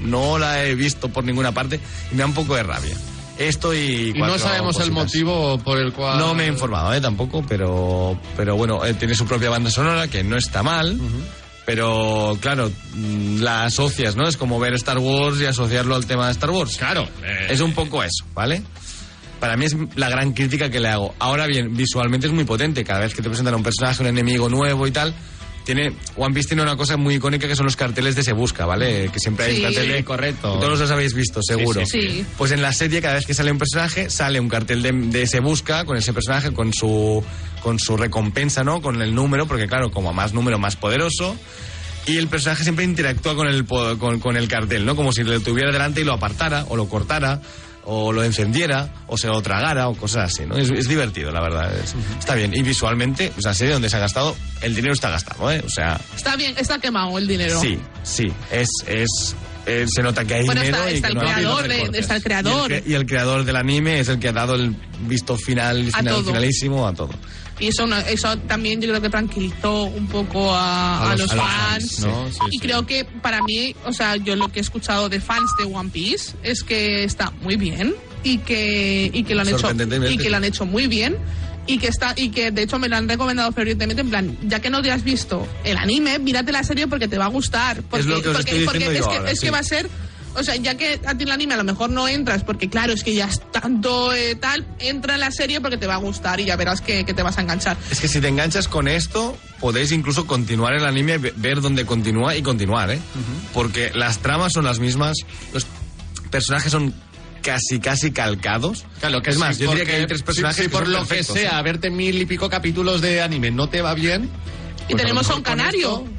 no la he visto por ninguna parte y me da un poco de rabia. Esto y... Y no cuatro sabemos el cositas. motivo por el cual. No me he informado, ¿eh? Tampoco, pero, pero bueno, eh, tiene su propia banda sonora, que no está mal, pero claro, mm, la asocias, ¿no? Es como ver Star Wars y asociarlo al tema de Star Wars. Claro. eh, Es un poco eso, ¿vale? Para mí es la gran crítica que le hago. Ahora bien, visualmente es muy potente. Cada vez que te presentan a un personaje, un enemigo nuevo y tal, tiene One Piece tiene una cosa muy icónica que son los carteles de Se Busca, ¿vale? Que siempre hay Sí. un cartel de... Sí, correcto. Todos los habéis visto, seguro. sí, sí. Sí. Pues en la serie, cada vez que sale un personaje, sale un cartel de, de Se Busca con ese personaje, con su, con su recompensa, ¿no? Con el número, porque claro, como a más número, más poderoso. Y el personaje siempre interactúa con el, po- con, con el cartel, ¿no? Como si lo tuviera delante y lo apartara, o lo cortara, o lo encendiera, o se lo tragara, o cosas así, ¿no? Es, es divertido, la verdad. es- está bien. Y visualmente, o sea, serie donde se ha gastado, el dinero está gastado, ¿eh? O sea, Está bien, está quemado el dinero. Sí, sí, es, es, eh, se nota que hay Bueno, dinero está- y está que el no ha habido creador de- recortes. está el creador. Y el, cre- y el creador del anime es el que ha dado el visto final, A final- todo. finalísimo a todo. Y eso, no- eso también yo creo que tranquilizó un poco a, a los, fans. ¿no? Sí, y sí. creo que para mí, o sea, yo lo que he escuchado de fans de One Piece es que está muy bien y que, y que lo han hecho Sorprendentemente. y que lo han hecho muy bien y que está y que de hecho me lo han recomendado fervientemente en plan ya que no te has visto el anime mírate la serie porque te va a gustar porque, lo que os porque- estoy porque diciendo es, yo que, ahora, es que sí. va a ser o sea, ya que a ti el anime a lo mejor no entras porque claro, es que ya es tanto eh, tal, entra en la serie porque te va a gustar y ya verás que, que te vas a enganchar. Es que si te enganchas con esto, podéis incluso continuar el anime, ve- ver dónde continúa y continuar, ¿eh? Porque las tramas son las mismas, los personajes son casi, casi calcados. Claro, que es sí, más, yo diría que porque hay tres si- personajes si que por son lo perfectos, que sea, ¿eh? verte mil y pico capítulos de anime no te va bien. Y pues tenemos lo a mejor con un canario. esto-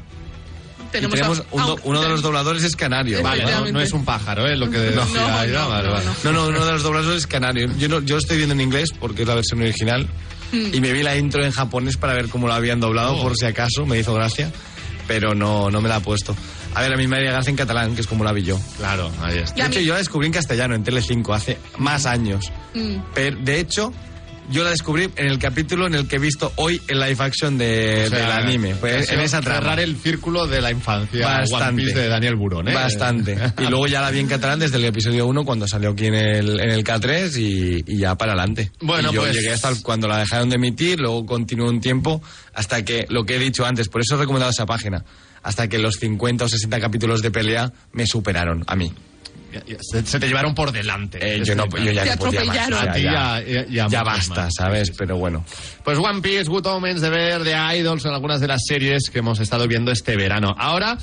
Y tenemos un do- a un- uno de los dobladores es Canario. Vale, no, Efectivamente. no es un pájaro, ¿eh? Lo que decía No, no, Aida, no, vale, no, vale. no. No, no, uno de los doblados es canario. Yo, no, yo lo estoy viendo en inglés porque es la versión original. Hmm. Y me vi la intro en japonés para ver cómo lo habían doblado, Oh. por si acaso, me hizo gracia. Pero no, no me la ha puesto. A ver, a mí me haría gracia en catalán, que es como la vi yo. Claro, ahí está. Y De a hecho, mí- yo la descubrí en castellano, en Tele5, hace más años. Mm. Pero, de hecho, yo la descubrí en el capítulo en el que he visto hoy el live action de, O sea, del anime. ha Pues, en sido esa trama. Cerrar el círculo de la infancia Bastante. One Piece de Daniel Burón, ¿eh? Bastante. Y luego ya la vi en catalán desde el episodio 1 cuando salió aquí en el, en el K3 y, y ya para adelante. Bueno, Y yo pues- llegué hasta el- cuando la dejaron de emitir, luego continuó un tiempo hasta que, lo que he dicho antes, por eso he recomendado esa página, hasta que los 50 o 60 capítulos de pelea me superaron a mí. Se, se te llevaron por delante. Eh, yo, no, yo ya Te no podía más. atropellaron. o sea, A ti ya, ya- ya- ya ya mucho basta, más. ¿sabes? Pero bueno. Pues One Piece, Good Omens, The Bear, The Idols son algunas de las series que hemos estado viendo este verano. Ahora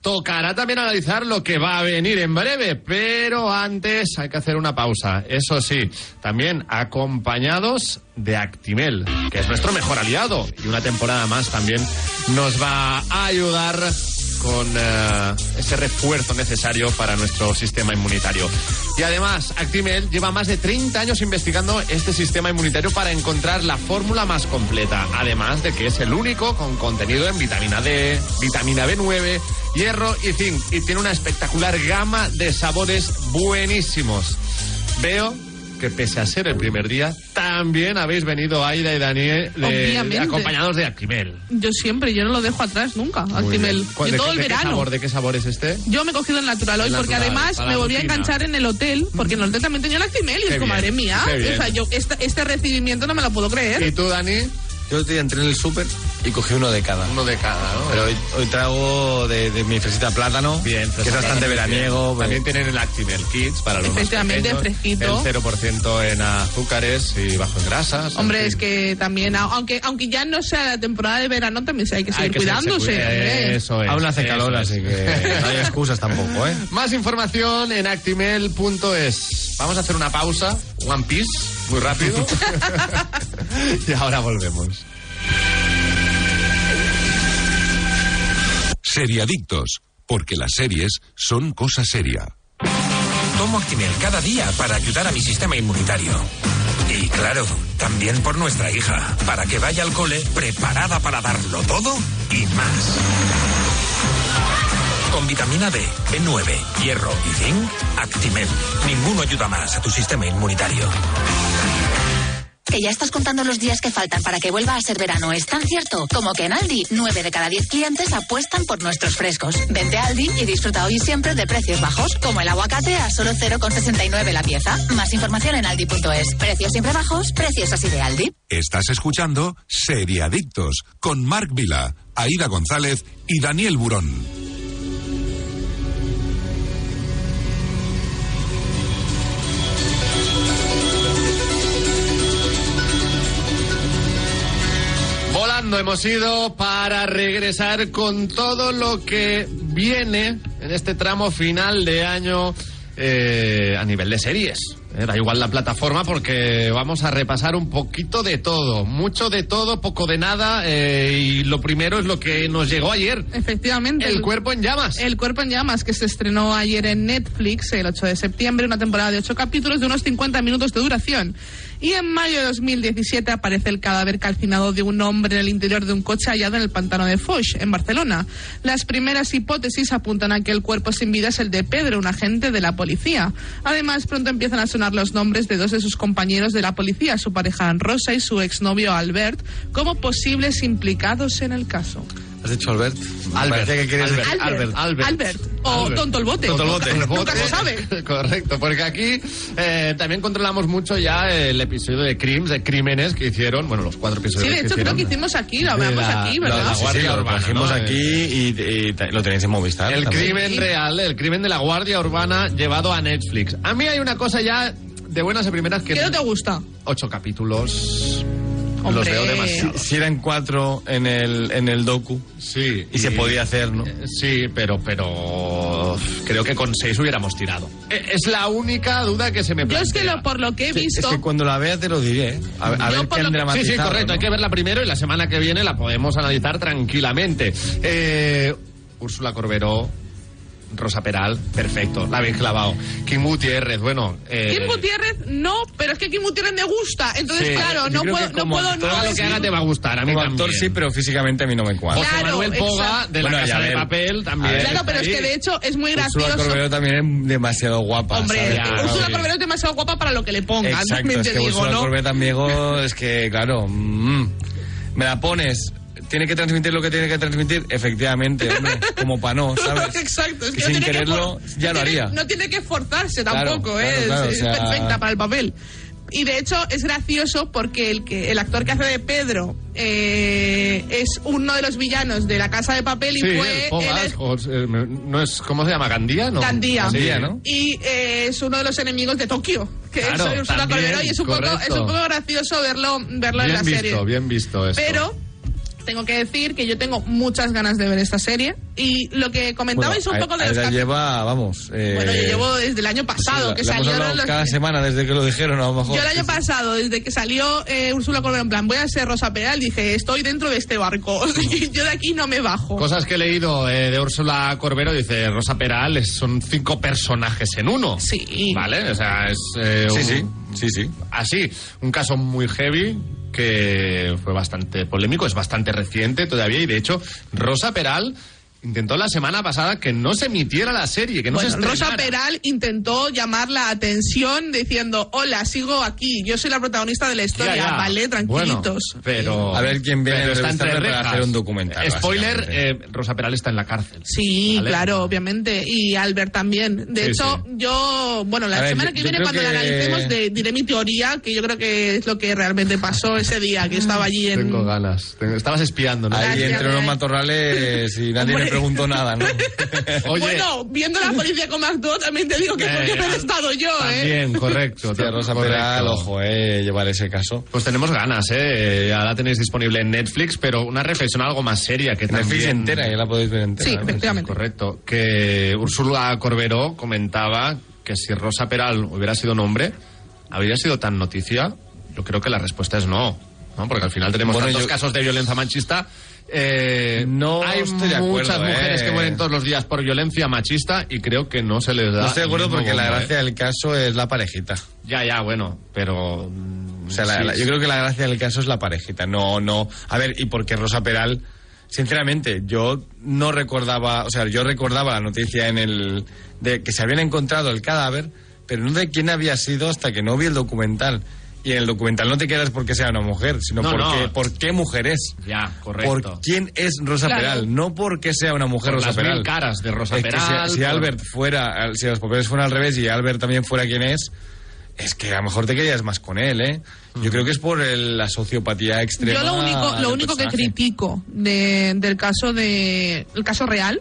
tocará también analizar lo que va a venir en breve, pero antes hay que hacer una pausa. Eso sí, también acompañados de Actimel, que es nuestro mejor aliado y una temporada más también nos va a ayudar con eh, ese refuerzo necesario para nuestro sistema inmunitario. Y además, Actimel lleva más de 30 años investigando este sistema inmunitario para encontrar la fórmula más completa, además de que es el único con contenido en vitamina D, vitamina B9, hierro y zinc, y tiene una espectacular gama de sabores buenísimos. Veo que pese a ser el primer día, también habéis venido Aida y Daniel de- Obviamente. acompañados de Actimel. Yo siempre, yo no lo dejo atrás nunca, Actimel. ¿De Yo qué- todo el de qué verano. sabor- ¿De qué sabor es este? Yo me he cogido el natural hoy El porque natural, además para me la volví a rutina. enganchar en el hotel, porque en el hotel también tenía el Actimel y Qué es como, bien, madre mía, qué bien. o sea, yo esta- este recibimiento no me lo puedo ¿Y creer. tú, Dani? Yo te entré en el súper y cogí uno de cada. Uno de cada, ¿no? Pero hoy, hoy traigo de, de mi fresita plátano, que es bastante veraniego. pues, También tienen el Actimel Kids para los más Efectivamente, pequeños, fresquito. El 0% en azúcares y bajo en grasas. Hombre, en es fin. que también, a- aunque aunque ya no sea la temporada de verano, también sí hay que seguir Hay que ser- cuidándose. se cuida, ¿eh? Eso es. Aún hace eso calor, es. así que no hay excusas tampoco, ¿eh? Más información en actimel.es. Vamos a hacer una pausa, One Piece, muy rápido. y ahora volvemos. Seriadictos, porque las series son cosa seria. Tomo Actimel cada día para ayudar a mi sistema inmunitario. Y claro, también por nuestra hija, para que vaya al cole preparada para darlo todo y más. Con vitamina D, B9, hierro y zinc, Actimel. Ninguno ayuda más a tu sistema inmunitario. Que ya estás contando los días que faltan para que vuelva a ser verano, es tan cierto como que en Aldi 9 de cada 10 clientes apuestan por nuestros frescos. Vente a Aldi y disfruta hoy y siempre de precios bajos, como el aguacate a solo 0,69 la pieza. Más información en aldi.es. Precios siempre bajos, precios así de Aldi. Estás escuchando Seriadictos con Marc Vila, Aida González y Daniel Burón. Volando hemos ido para regresar con todo lo que viene en este tramo final de año eh, a nivel de series. Eh, da igual la plataforma porque vamos a repasar un poquito de todo, mucho de todo, poco de nada eh, y lo primero es lo que nos llegó ayer. Eh, Efectivamente. El cuerpo en llamas. El cuerpo en llamas, que se estrenó ayer en Netflix el 8 de septiembre, una temporada de 8 capítulos de unos 50 minutos de duración. Y en mayo de 2017 aparece el cadáver calcinado de un hombre en el interior de un coche hallado en el pantano de Foix, en Barcelona. Las primeras hipótesis apuntan a que el cuerpo sin vida es el de Pedro, un agente de la policía. Además, pronto empiezan a sonar los nombres de dos de sus compañeros de la policía, su pareja Rosa y su exnovio Albert, como posibles implicados en el caso. ¿Has dicho Albert? Albert, Parece que quieres Albert, decir- Albert, Albert. O Albert. Tonto el Bote. Tonto el Nunca- Bote. Nunca se sabe. Correcto, porque aquí eh, también controlamos mucho ya el episodio de crimes, de crímenes que hicieron, bueno, los cuatro episodios Sí, de que hecho creo hicieron. que hicimos aquí, lo hablamos De la- aquí, la- Sí, ¿verdad? la- sí, Guardia lo Urbana, trajimos ¿no? aquí y, y ta- lo tenéis en Movistar. El también. crimen Sí. real, el crimen de la Guardia Urbana llevado a Netflix. A mí hay una cosa ya de buenas a primeras que... ¿Qué no te gusta? Ocho capítulos. Los Hombre. veo demasiado. Si eran cuatro en el, en el docu Sí. y, se podía hacer, ¿no? Eh, Sí, pero, pero creo que con seis hubiéramos tirado. Eh, Es la única duda que se me Yo plantea. es que lo- por lo que he Sí, visto... Es que cuando la veas te lo diré. ¿eh? A, a Yo ver por qué lo- Sí, han sí, dramatizado. Sí, sí, correcto. ¿no? Hay que verla primero y la semana que viene la podemos analizar tranquilamente. Eh, Úrsula Corberó, Rosa Peral, perfecto. La habéis clavado. Kim Gutiérrez, bueno. eh, Kim Gutiérrez no, pero es que Kim Gutiérrez me gusta. Entonces, Sí. claro, Yo no creo puedo, que no como puedo actor, no Haga lo que decir- haga te va a gustar, a mí Como también. actor sí, pero físicamente a mí no me cuadra. José Claro, Manuel Poga, exacto. de la Bueno, y Casa a de ver. Papel, A también. ver, Claro, pero es Ahí. que de hecho es muy Úrsula gracioso. Corbero también es demasiado guapa. Hombre, ¿sabes? Ah, Úrsula sí. Corbero es demasiado guapa para lo que le pongan. Exacto, también es te que digo, Úrsula ¿no? Corbeta, amigo, es que, claro, mm, me la pones. Tiene que transmitir lo que tiene que transmitir, efectivamente, hombre, como para no, ¿sabes? Exacto, es que, Que no sin tiene que quererlo for- ya lo no tiene- haría. No tiene que forzarse Claro, tampoco, claro, ¿eh? claro, es, es o sea- perfecta para el papel. Y de hecho es gracioso porque el, que, el actor que hace de Pedro eh, es uno de los villanos de La Casa de Papel y Sí, fue... el Poga, el- José- eh, no es, ¿Cómo se llama? ¿Gandía? No. Gandía. Gandía, ¿no? Y eh, es uno de los enemigos de Tokio, que Claro, es Ursula también, Corberó y es un, poco, correcto. es un poco gracioso verlo, verlo en la Bien visto, serie. bien visto esto. Pero tengo que decir que yo tengo muchas ganas de ver esta serie y lo que comentabais Bueno, un poco a- de los a ella cap- lleva, vamos. eh, pues Bueno, yo llevo desde el año pasado sí, que la- la hemos salieron hablado los- cada semana desde que lo dijeron, a lo mejor. Yo el año pasado, desde que salió eh, Úrsula Corbero, en plan, voy a ser Rosa Peral, dije, estoy dentro de este barco. yo de aquí no me bajo. Cosas que he leído eh, de Úrsula Corbero, dice Rosa Peral, es- son cinco personajes en uno. Sí. ¿Vale? O sea, es eh, Sí, un- sí, sí, sí. así. Ah, Un caso muy heavy que fue bastante polémico, es bastante reciente todavía y de hecho Rosa Peral intentó la semana pasada que no se emitiera la serie, que no Bueno, se Rosa estrenara. Peral intentó llamar la atención diciendo, hola, sigo aquí, yo soy la protagonista de la Ya, historia, ya. vale, tranquilitos. Bueno, pero A ver quién viene pero está entrevistarme entre para rejas. hacer un documental, Spoiler, básicamente. eh, Rosa Peral está en la cárcel. Sí, ¿Vale? claro, obviamente. Y Albert también. De Sí, hecho, sí. yo, bueno, la A ver, semana yo- que yo viene creo cuando la que- analicemos de- diré mi teoría, que yo creo que es lo que realmente pasó ese día, que estaba allí en... Tengo ganas. Tengo- Estabas espiando, ¿no? Ahí Gracias, entre unos eh. matorrales y nadie Hombre. me preguntó nada, ¿no? Oye, Bueno, viendo la policía como actuó, también te digo que Eh, podría haber estado yo, ¿eh? También, correcto. Hostia, Rosa correcto. Peral, ojo, eh, llevar ese caso. Pues tenemos ganas, ¿eh? Ya la tenéis disponible en Netflix, pero una reflexión algo más seria que también... Netflix entera, ya la podéis ver entera. Sí, ¿no? efectivamente. Correcto. Que Úrsula Corberó comentaba que si Rosa Peral hubiera sido un hombre, ¿habría sido tan noticia? Yo creo que la respuesta es no, ¿no? Porque al final tenemos Bueno, tantos yo- casos de violencia machista. eh, No hay estoy de muchas acuerdo, mujeres eh. que mueren todos los días por violencia machista y creo que no se les da. No estoy de acuerdo el mismo porque la bombo, ¿eh? gracia del caso es la parejita. Ya, ya, bueno, pero. mm, O sea, la- la- yo creo que la gracia del caso es la parejita. No, no. A ver, y porque Rosa Peral, sinceramente, yo no recordaba, o sea, yo recordaba la noticia en el de que se habían encontrado el cadáver, pero no de quién había sido hasta que no vi el documental. Y en el documental no te quedas porque sea una mujer, sino No, porque, no. por qué mujer es. Ya, correcto. Por quién es Rosa Claro. Peral, no porque sea una mujer Por Rosa las mil Peral. caras de Rosa Es que si- Peral, Si, por- Albert fuera, al- si los papeles fueran al revés y Albert también fuera quien es, es que a lo mejor te querías más con él, ¿eh? Yo creo que es por el- la sociopatía extrema. Yo lo único, del lo único que personaje. critico de- del caso de el caso real,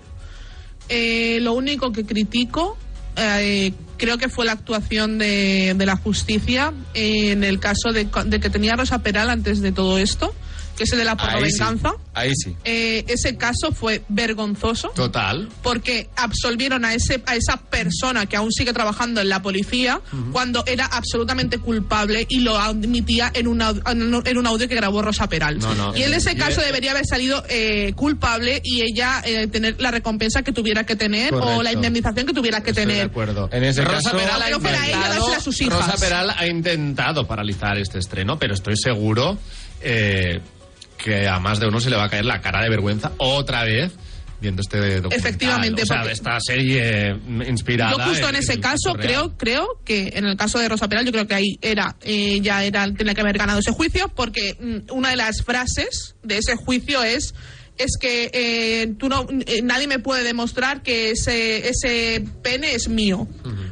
eh, lo único que critico eh, creo que fue la actuación de, de la justicia en el caso de, co- de que tenía Rosa Peral antes de todo esto, que es el de la Ahí sí, pornovenganza. ahí sí. Eh, ese caso fue vergonzoso Total. porque absolvieron a, ese, a esa persona que aún sigue trabajando en la policía cuando era absolutamente culpable y lo admitía en un, au- en un- en un audio que grabó Rosa Peral. No, no. eh, y en ese Y caso es- debería haber salido eh, culpable y ella eh, tener la recompensa que tuviera que tener o la Correcto. indemnización que tuviera que Estoy de tener. acuerdo. En ese Rosa caso- Peral ha Pero fuera ella, intentado- dásela a sus hijas. Rosa Peral ha intentado paralizar este estreno, pero estoy seguro eh, que a más de uno se le va a caer la cara de vergüenza otra vez viendo este documental. Efectivamente, O sea, porque- de esta serie mm, inspirada. Yo justo en ese el caso real. creo creo que en el caso de Rosa Peral yo creo que ahí era eh, ya era tenía que haber ganado ese juicio porque mm, una de las frases de ese juicio es es que eh, tú no eh, nadie me puede demostrar que ese ese pene es mío.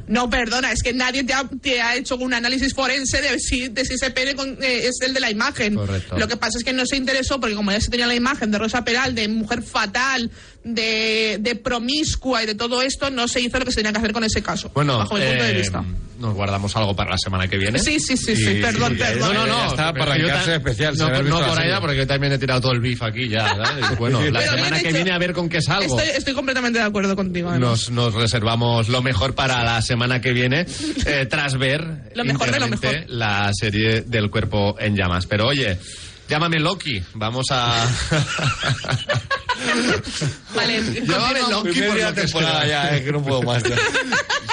No, perdona, es que nadie te ha, te ha hecho un análisis forense de si, de si ese pene con- eh, es el de la imagen. Correcto. Lo que pasa es que no se interesó porque como ya se tenía la imagen de Rosa Peral, de mujer fatal, de, de promiscua y de todo esto, no se hizo lo que se tenía que hacer con ese caso, Bueno, bajo mi punto de eh, vista. Nos guardamos algo para la semana que viene. Sí, sí, sí, sí, Y- perdón, y- perdón. No, no, no. Ya está, pero para yo arrancarse ta- especial, se No, haber no visto la por serie. ahí, porque yo también he tirado todo el beef aquí ya. ¿verdad? Bueno, la Pero bien semana que hecho. viene a ver con qué salgo. Estoy, estoy completamente de acuerdo contigo. Nos, además. nos reservamos lo mejor para la semana que viene, eh, tras ver Lo mejor de lo íntegramente mejor. la serie del cuerpo en llamas. Pero oye, llámame Loki. Vamos a. Vale, Llámame continuamos. Loki por Media lo que temporada sea. ya, es que no puedo más. ya.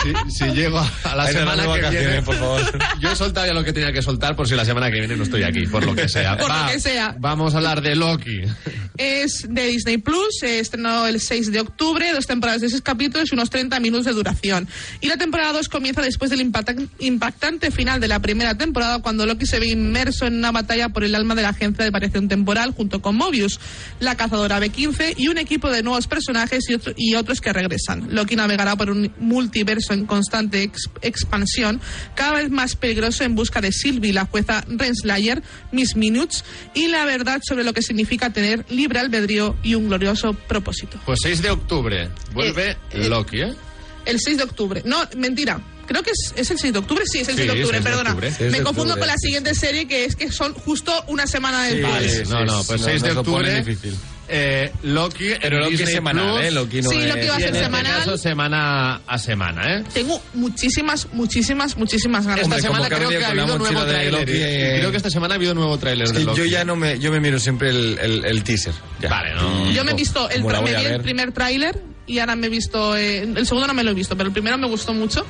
Si, si llego a- a la Ahí te dan semana las que vacaciones, viene, por favor. Yo he soltado ya lo que tenía que soltar por si la semana que viene no estoy aquí, por lo que sea. Por lo que sea. Vamos a hablar de Loki. Es de Disney Plus, se estrenó el 6 de octubre, dos temporadas de 6 capítulos y unos 30 minutos de duración. Y la temporada 2 comienza después del impacta- impactante final de la primera temporada, cuando Loki se ve inmerso en una batalla por el alma de la agencia de variación temporal junto con Mobius, la cazadora B15 y un equipo de nuevos personajes y, otro- y otros que regresan. Loki navegará por un multiverso en constante ex- expansión, cada vez más peligroso en busca de Sylvie, la jueza Renslayer, Miss Minutes y la verdad sobre lo que significa tener libre albedrío y un glorioso propósito. Pues 6 de octubre vuelve Eh, eh, Loki, ¿eh? El 6 de octubre. No, mentira. Creo que es, es el 6 de octubre. Sí, es el Sí, 6 de octubre, 6 de perdona. octubre. 6 de Me confundo octubre, con la sí, siguiente serie que es que son justo una semana Sí, después. sí, no, no, sí, pues no, 6 de nos lo ponen octubre. difícil. eh, Loki, Pero en lo que es Disney semanal, Plus. ¿eh? Lo que no Sí, es... lo que iba a ser En este semanal. caso, semana a semana, ¿eh? Tengo muchísimas, muchísimas, muchísimas ganas. Esta Hombre, como semana cada creo día que ha con la habido mochila nuevo de tráiler. Loki, eh. Creo que esta semana ha habido nuevo tráiler Es de que Loki. yo ya no me, yo me miro siempre el, el, el teaser. ya. Vale, no. Yo me he visto el, Como la me voy a vi el ver. primer tráiler y ahora me he visto eh, el segundo no me lo he visto, pero el primero me gustó mucho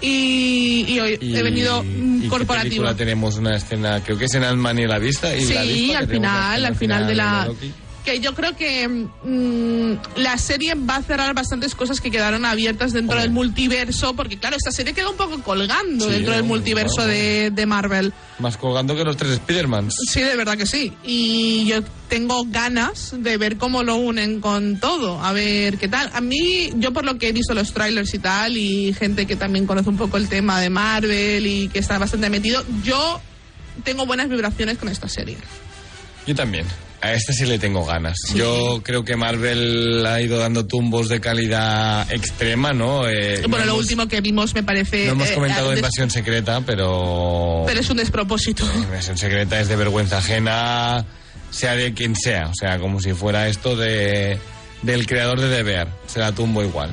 y, y hoy Y- he venido mm, ¿y qué corporativo. película tenemos una escena, creo que es en Ant-Man y la vista. Y Sí, la Avispa, que al tenemos una final, escena al final de la Loki. que yo creo que mm, la serie va a cerrar bastantes cosas que quedaron abiertas dentro del multiverso, porque claro, esta serie queda un poco colgando Sí, dentro del eh, multiverso bueno. de, de Marvel. Más colgando que los tres Spidermans. Sí, de verdad que sí. Y yo tengo ganas de ver cómo lo unen con todo, a ver qué tal. A mí, yo por lo que he visto los trailers y tal, y gente que también conoce un poco el tema de Marvel y que está bastante metido, yo tengo buenas vibraciones con esta serie. Yo también. A este sí le tengo ganas. Yo creo que Marvel ha ido dando tumbos de calidad extrema, ¿no? Eh, no bueno, lo hemos- último que vimos me parece... No hemos eh, comentado eh, des- Invasión Secreta, pero... Pero es un despropósito. Invasión Secreta es de vergüenza ajena, sea de quien sea. O sea, como si fuera esto de del creador de Deber. Se la tumbo igual.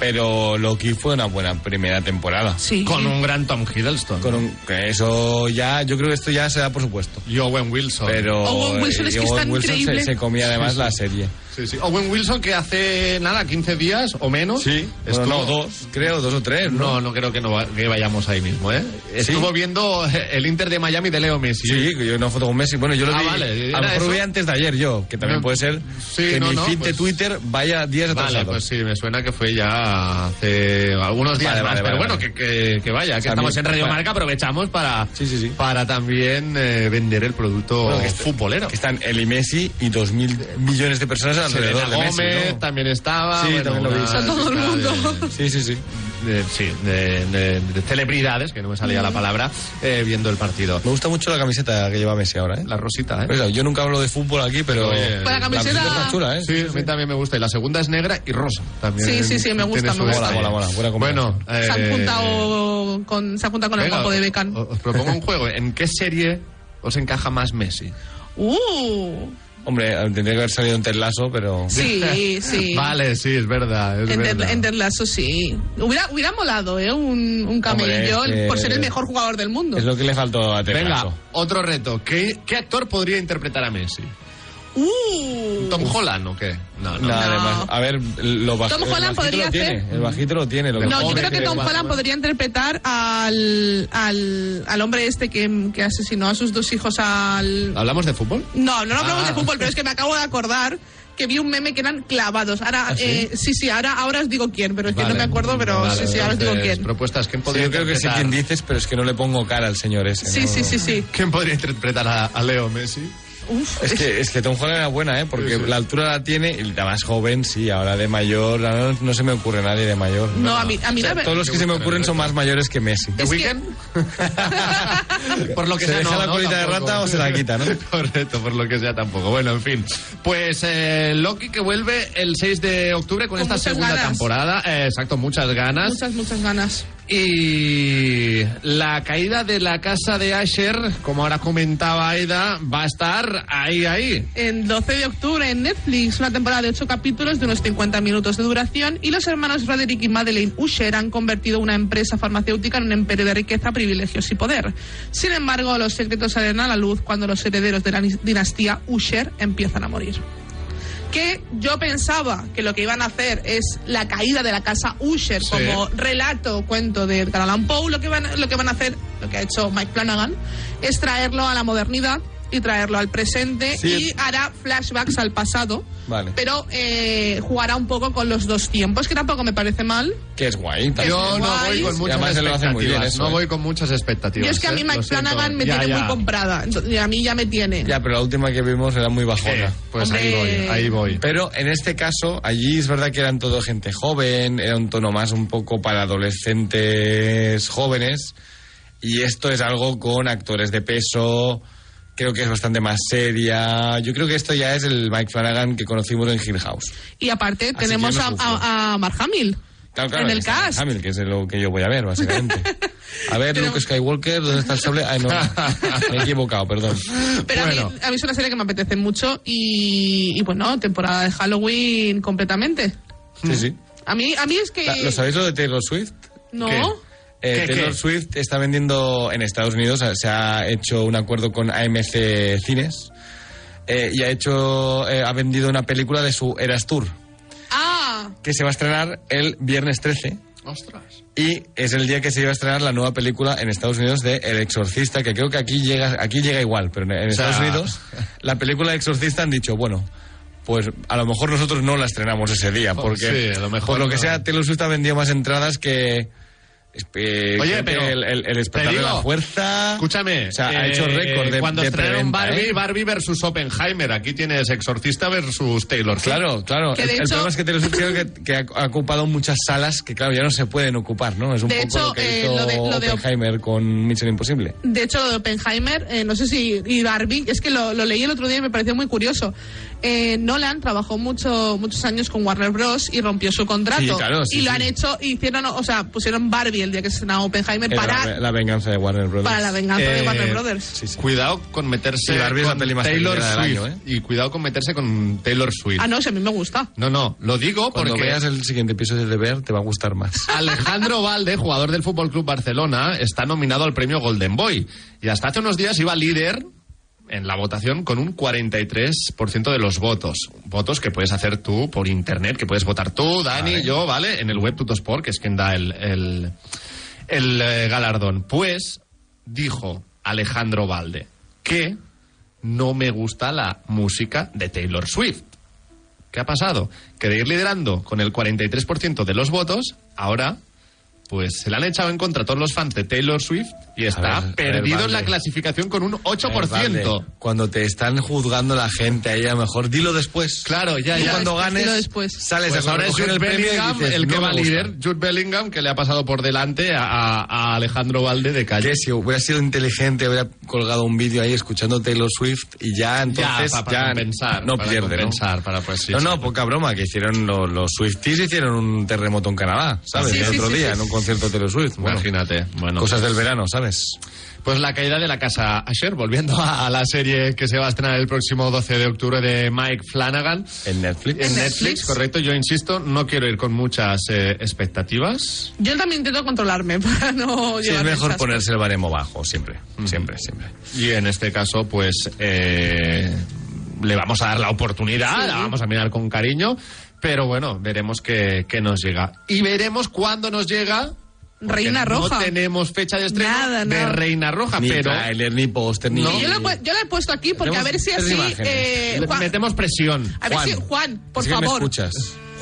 Pero Loki fue una buena primera temporada. Sí. Con un gran Tom Hiddleston. Con un- que eso ya, yo creo que esto ya se da por supuesto. y Owen Wilson. Pero eh, Owen Wilson es que Owen está Wilson se, increíble. se comía además la serie. Sí, sí. Owen Wilson, que hace nada, 15 días o menos. Eh, Sí, bueno, no, dos, creo, dos o tres. No, no, creo que, no va- que vayamos ahí mismo, ¿eh? Estuvo viendo eh, el Inter de Miami de Leo Messi. ¿eh? Sí, que yo una foto con Messi. Bueno, yo lo Ah, vi. vale, a era lo mejor eso. vi antes de ayer yo, que también No. puede ser Sí, que no, mi no, feed de pues- Twitter vaya días atrasados. Vale, pues sí, me suena que fue ya hace algunos días Vale, más, vale, pero bueno, vale, vale. Que, que- que vaya, que sea, estamos mi- en Radio para- Marca, aprovechamos para, Sí, sí, sí. para también eh, vender el producto Bueno, que est- futbolero. Que están el y Messi y dos mil millones de personas alrededor Selena de Messi, Gómez ¿no? también estaba. Sí, bueno, también lo vi. una Está todo el lista mundo. Sí, sí, sí. De, de- sí, de, de- de celebridades, que no me salía la Mm. palabra, eh, viendo el partido. Me gusta mucho la camiseta que lleva Messi ahora, ¿eh? La rosita, ¿eh? Pues, claro, yo nunca hablo de fútbol aquí, pero. Oye, Pues la camiseta- está chula, ¿eh? Sí, a mí también me gusta. Y la segunda es negra y rosa. También Sí, sí, sí, me gusta, tiene su me gusta. detalle. Mola, mola, mola, buena Bueno, combinación. Se han eh, juntado con, se han juntado con el venga, guapo de Beckham. o- Os propongo un juego. ¿En qué serie os encaja más Messi? Uh, Hombre, tendría que haber salido en Terlazo, pero. sí, sí. Vale, sí, es verdad. Es Enter, verdad. Enterlazo, sí. Hubiera, hubiera molado, ¿eh? Un, un camello Hombre, es que- por ser el mejor jugador del mundo. Es lo que le faltó a Terlazo. Venga, otro reto. ¿Qué, ¿Qué actor podría interpretar a Messi? Uh, ¿Tom Holland o qué? No, no. Nada, No. además, a ver, lo baj- Tom el Holland bajito podría lo tiene, hacer- El bajito lo tiene. Lo que no, yo Pobre creo que que Tom va, Holland bueno. podría interpretar al, al, al hombre este que, que asesinó a sus dos hijos al... ¿Hablamos de fútbol? No, no hablamos Ah. de fútbol, pero es que me acabo de acordar que vi un meme que eran clavados. Ahora, ¿Ah, sí? eh, sí, sí, ahora, ahora os digo quién, pero es que no Vale. me acuerdo, pero Vale, sí, sí, ahora os digo entonces, quién. Propuestas, ¿quién Sí, podría yo creo que sé interpretar? quién dices, pero es que no le pongo cara al señor ese. Sí, ¿no? sí, sí, sí. ¿Quién podría interpretar a, a Leo Messi? Uf, Es que, es que Tom Holland era buena, ¿eh? Porque Sí, sí. la altura la tiene, y además joven, sí, ahora de mayor, ahora no, no se me ocurre nadie de mayor. no, a mí, a mí la ver- Todos los que se me ocurren son más mayores que Messi. ¿The Es que- Weeknd? por lo que ¿Se sea, deja no, la no, colita de tampoco. rata o se la quita, no? Correcto, por lo que sea tampoco. Bueno, en fin. Pues eh, Loki que vuelve el 6 de octubre con, Con esta muchas segunda ganas. temporada. Eh, exacto, muchas ganas. muchas, muchas ganas. Y la caída de la casa de Asher, como ahora comentaba Aida, va a estar ahí, ahí. El 12 de octubre en Netflix, una temporada de 8 capítulos de unos 50 minutos de duración y los hermanos Roderick y Madeleine Usher han convertido una empresa farmacéutica en un imperio de riqueza, privilegios y poder. Sin embargo, los secretos salen a la luz cuando los herederos de la ni- dinastía Usher empiezan a morir. Que yo pensaba que lo que iban a hacer es la caída de la casa Usher Sí. como relato, cuento de Edgar Allan Poe, lo que, van, lo que van a hacer, lo que ha hecho Mike Flanagan, es traerlo a la modernidad y traerlo al presente Sí. y hará flashbacks al pasado. Vale. Pero eh, jugará un poco con los dos tiempos, que tampoco me parece mal. Que es guay. también. Yo no voy guay. con Y muchas además él lo expectativas. hace muy bien eso, no eh. voy con muchas expectativas. Yo es que a eh, mí lo Mike siento. Flanagan me Ya, tiene ya. muy comprada. Entonces, y a mí ya me tiene. Ya, pero la última que vimos era muy Eh, bajona. pues Hombre. ahí voy, ahí voy. Pero en este caso, allí es verdad que eran todo gente joven, era un tono más un poco para adolescentes jóvenes, y esto es algo con actores de peso, creo que es bastante más seria. Yo creo que esto ya es el Mike Flanagan que conocimos en Hill House. Y aparte que tenemos yo a, no juzgo. a, a Mark Hamill Claro, claro, en ahí el está cast. Hamill, que es lo que yo voy a ver, básicamente. A ver, Pero- Luke Skywalker, ¿dónde está el sable? Ay, no, me he equivocado, perdón. Pero a, mí, Bueno. a mí es una serie que me apetece mucho y, y bueno, temporada de Halloween completamente. Sí, sí. A mí, a mí es que... La- ¿Lo sabéis lo de Taylor Swift? No. ¿Qué? Eh, ¿Qué, Taylor qué? Swift está vendiendo en Estados Unidos, o sea, se ha hecho un acuerdo con AMC Cines eh, y ha hecho, eh, ha vendido una película de su Eras Tour Ah, que se va a estrenar el viernes 13 Ostras. y es el día que se iba a estrenar la nueva película en Estados Unidos de El Exorcista, que creo que aquí llega, aquí llega igual, pero en, en sea- Estados Unidos la película de Exorcista han dicho, bueno, pues a lo mejor nosotros no la estrenamos ese día, porque Oh, sí, a lo mejor por lo que no. sea, Taylor Swift ha vendido más entradas que... eh, Oye, creo que pero el, el, el espectáculo te digo, de la fuerza... Escúchame. eh, O sea, ha hecho récord de, Cuando de estrenaron preventa, Barbie, ¿eh? Barbie versus Oppenheimer. Aquí tienes Exorcista versus Taylor. Swift. Claro, claro. Que El, de el hecho- problema es que Taylor Swift creo que, que ha, ha ocupado muchas salas que, claro, ya no se pueden ocupar, ¿no? Es un De poco hecho, lo que eh, hizo lo de- lo de- Oppenheimer con Misión Imposible. De hecho, lo de Oppenheimer, eh, no sé si. Y Barbie, es que lo, lo leí el otro día y me pareció muy curioso. Eh, Nolan trabajó mucho, muchos años con Warner Bros. y rompió su contrato. Sí, claro, sí, y lo sí. han hecho, hicieron, o sea, pusieron Barbie el día que se estrenaba Oppenheimer Era para, la, la venganza de Warner Bros. para la venganza Eh, de Warner Brothers. Sí, sí. Cuidado con meterse Sí, Barbie es la con peli más Taylor taquillera del Swift. año, ¿eh? Y cuidado con meterse con Taylor Swift. Ah, no, si a mí me gusta. No, no, lo digo Cuando porque veas el siguiente episodio de Ver, te va a gustar más. Alejandro Valde, jugador del Fútbol Club Barcelona, está nominado al premio Golden Boy. Y hasta hace unos días iba líder en la votación con un 43% de los votos. Votos que puedes hacer tú por internet, que puedes votar tú, Dani, yo, ¿vale? En el web Tutosport, que es quien da el, el, el, eh, galardón. Pues dijo Alejandro Valde que no me gusta la música de Taylor Swift. ¿Qué ha pasado? Que de ir liderando con el 43% de los votos, ahora pues se le han echado en contra todos los fans de Taylor Swift y está A ver, a ver, perdido en la Valde. clasificación con un Eh, vale, 8%. Cuando te están juzgando la gente, ahí a lo mejor dilo después. Claro, ya, Tú ya. cuando después, ganes, dilo después. sales Pues a ahora es recoger Jude el premio y Bellingham dices, el que "No va me gusta". líder, Jude Bellingham que le ha pasado por delante a, a- a Alejandro Valde de calle. Que si hubiera sido inteligente, hubiera colgado un vídeo ahí escuchando Taylor Swift y ya entonces pa- para compensar, no para pierde. compensar, ¿no? para, pues, sí, no, sí. no, poca broma, que hicieron lo- los Swifties hicieron un terremoto en Canadá, ¿sabes? Sí, el sí, otro sí, día, sí, en un sí. concierto de Taylor Swift. Bueno, Imagínate, bueno. cosas del verano, ¿sabes? Pues la caída de la casa Asher, volviendo a, a la serie que se va a estrenar el próximo 12 de octubre de Mike Flanagan. En Netflix. En Netflix. Netflix, correcto. Yo insisto, no quiero ir con muchas eh, expectativas. Yo también intento controlarme para no Sí, es llevarme mejor chascos. ponerse el baremo bajo, siempre, siempre, siempre. Mm. Y en este caso, pues eh, le vamos a dar la oportunidad, la vamos a mirar con cariño, pero bueno, veremos qué, qué nos llega. Y veremos cuándo nos llega. porque Reina Roja. No tenemos fecha de estreno Nada, de nada. Reina Roja, Ni pero tráiler, ni póster, ni... Y Yo, la he pu- yo la he puesto aquí porque a ver si Tenemos así. tres imágenes. eh, le Juan, metemos presión. a ver si Juan. Juan, por Es que me favor. escuchas.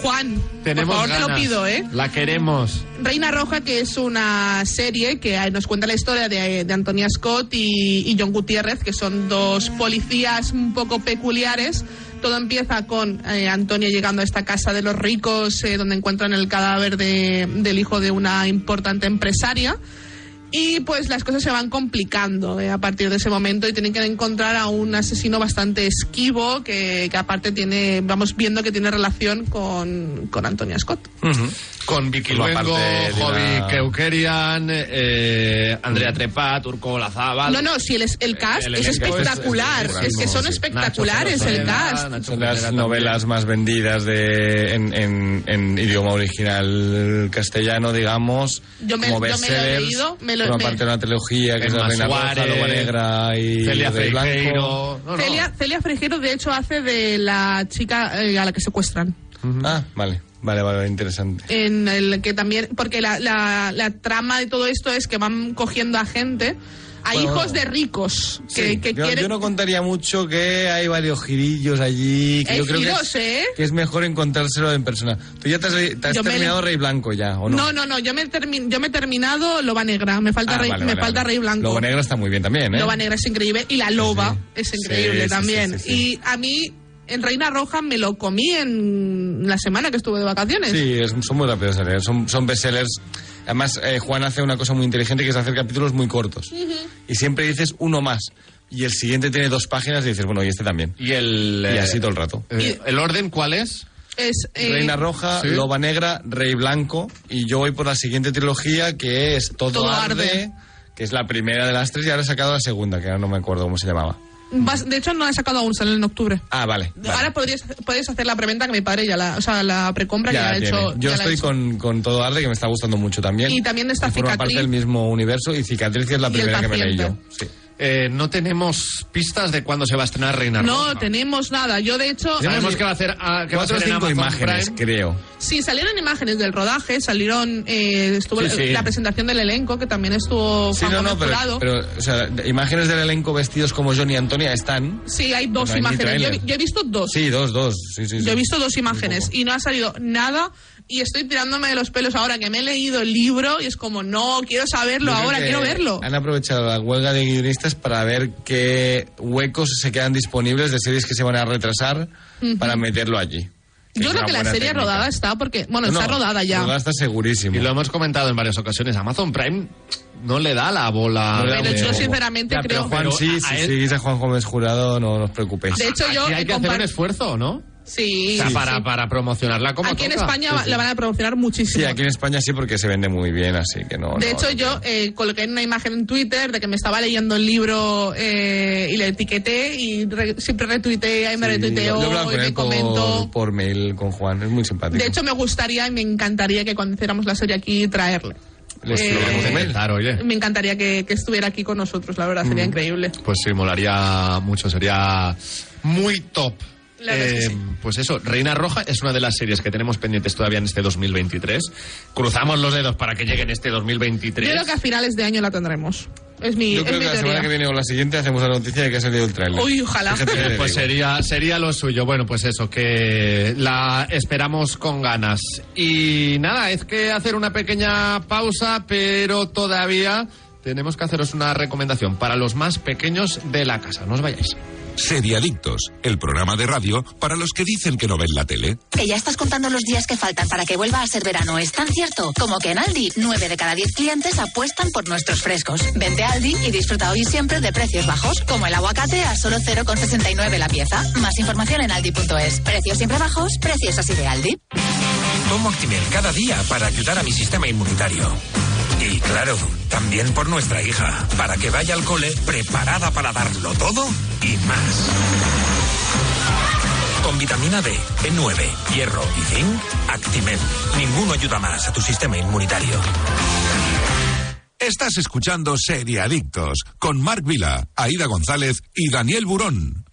Juan, Tenemos por favor, te ganas. lo pido, ¿eh? La queremos. Reina Roja, que es una serie que eh, nos cuenta la historia de, de Antonia Scott y, y John Gutiérrez, que son dos policías un poco peculiares. Todo empieza con eh, Antonia llegando a esta casa de los ricos, eh, donde encuentran el cadáver de- del hijo de una importante empresaria. Y pues las cosas se van complicando eh, a partir de ese momento y tienen que encontrar a un asesino bastante esquivo que, que aparte tiene, vamos viendo que tiene relación con, con Antonia Scott. Con Vicky Forma Luengo, parte de Javi la- Keukerian, eh, Andrea Trepa, Turco Olazábal. No, no, sí, el, es- el cast El es elenco es- espectacular. es- Es, es que son buenísimo, sí. espectaculares Nacho el Fernández, cast. Nacho Son las Fernández novelas más vendidas de, en, en- en idioma original castellano, digamos. Yo me- como yo me lo he bestsellers, leído, me lo- forma me- parte de una trilogía que es La Emma Reina Roja, Suárez, Loba Negra y Celia Rey Blanco. Freijeiro. No, no. Celia, Celia Frejero, de hecho, hace de la chica eh, a la que secuestran. Ah, vale, vale, vale, interesante. En el que también, porque la, la- la trama de todo esto es que van cogiendo a gente, a Bueno, hijos de ricos que, Sí, que yo, quieren. yo no contaría mucho que hay varios girillos allí. Que Hay yo creo que, giros, es, ¿eh? que es mejor encontrárselo en persona. ¿Tú ya te has, te has Yo me- terminado Rey Blanco ya o no? no, no, no, yo me, he termi- yo me he terminado Loba Negra, me falta, Ah, rey, vale, me vale, falta vale. Rey Blanco. Lobo Negro está muy bien también, ¿eh? Loba Negra es increíble y la loba es Sí, increíble sí, también. sí, sí, sí. Y a mí, en Reina Roja, me lo comí en la semana que estuve de vacaciones. Sí, es- son muy rápidos de leer, son, son bestsellers. Además, eh, Juan hace una cosa muy inteligente que es hacer capítulos muy cortos. Y siempre dices uno más. Y el siguiente tiene dos páginas y dices, bueno, y este también. Y el. y eh, así todo el rato. eh, ¿El orden cuál es? Es, eh, Reina Roja, sí. Loba Negra, Rey Blanco. Y yo voy por la siguiente trilogía que es Todo, Todo arde, Arde. que es la primera de las tres y ahora he sacado la segunda, que ahora no me acuerdo cómo se llamaba. vas- de hecho, no la he sacado aún, sale en octubre. Ah, vale. vale. Ahora podrías, podéis hacer la preventa que mi padre ya la, o sea, la precompra Ya ya, la la ha tiene. hecho. Yo ya la ha estoy hecho. con, con todo Arde, que me está gustando mucho también. Y también está Que Forma parte Cicatriz. del mismo universo y Cicatriz que es la Y El primera que me leí yo. Paciente. Sí. Eh, no tenemos pistas de cuándo se va a estrenar Reina Roja. No tenemos nada. Yo, de hecho, Sabemos Tenemos que va a hacer. ah, que va a Cuatro o ser en cinco Amazon imágenes, Prime. creo. sí, salieron imágenes del rodaje, salieron. eh, estuvo Sí, la- sí. la presentación del elenco, que también estuvo Sí, Juan no, no, Gómez Jurado. pero, pero, o sea, de- imágenes del elenco vestidos como Johnny y Antonia están. Sí, hay dos No hay ni imágenes. Yo, tráiler. yo he visto dos. Sí, dos, dos. Sí, sí, sí. Yo he visto dos imágenes y no ha salido nada y estoy tirándome de los pelos ahora que me he leído el libro y es como, no, quiero saberlo Yo creo ahora, que quiero verlo. Han aprovechado la huelga de guionistas para ver qué huecos se quedan disponibles de series que se van a retrasar para meterlo allí. Yo es creo una que la buena serie técnica. rodada está porque, bueno, No, está rodada ya. Rodada está segurísimo. Y lo hemos comentado en varias ocasiones. Amazon Prime no le da la bola. No le da Pero mucho yo huevo. sinceramente Ya, creo... Juan, Pero sí, a- a si él- seguís a Juan Gómez Jurado, no, os preocupéis. De hecho, yo... Aquí hay he que hacer compar- un esfuerzo, ¿no? Sí, O sea, sí. para, para promocionarla como Aquí en toca. España Sí, va- sí. la van a promocionar muchísimo. Sí, aquí en España sí, porque se vende muy bien, así que no. De no, Mm, hecho, no. yo eh, coloqué una imagen en Twitter de que me estaba leyendo el libro eh, y le etiqueté y re- siempre retuiteé y me Sí, retuiteó yo he hablado y con me él por- comentó. Por, mail con Juan, es muy simpático. De hecho, me gustaría y me encantaría que cuando hiciéramos la serie aquí traerle. Pues Eh, lo vamos a intentar, oye. Me encantaría que, que estuviera aquí con nosotros, la verdad, Mm. sería increíble. Pues sí, molaría mucho, sería muy top. La verdad es que sí. Pues eso, Reina Roja es una de las series que tenemos pendientes todavía en este 2023. Cruzamos los dedos para que llegue en este 2023. Yo creo que a finales de año la tendremos. Es mi, Yo es creo mi que la semana teoría. que viene o la siguiente hacemos la noticia de que ha salido el trailer. Uy, ojalá. Fíjate, Pues sería, sería lo suyo. Bueno, pues eso, que la esperamos con ganas. Y nada, es que hacer una pequeña pausa, pero todavía tenemos que haceros una recomendación para los más pequeños de la casa. No os vayáis. Seriadictos, el programa de radio para los que dicen que no ven la tele. Que ya estás contando los días que faltan para que vuelva a ser verano, es tan cierto como que en Aldi 9 de cada 10 clientes apuestan por nuestros frescos. Vente a Aldi y disfruta hoy y siempre de precios bajos, como el aguacate a solo 0,69 la pieza. Más información en aldi.es. Precios siempre bajos, precios así de Aldi. Tomo Actimel cada día para ayudar a mi sistema inmunitario. Y claro, también por nuestra hija, para que vaya al cole preparada para darlo todo y más. Con vitamina D, B9, hierro y zinc, Actimel. Ninguno ayuda más a tu sistema inmunitario. Estás escuchando Seriadictos con Marc Vila, Aida González y Daniel Burón.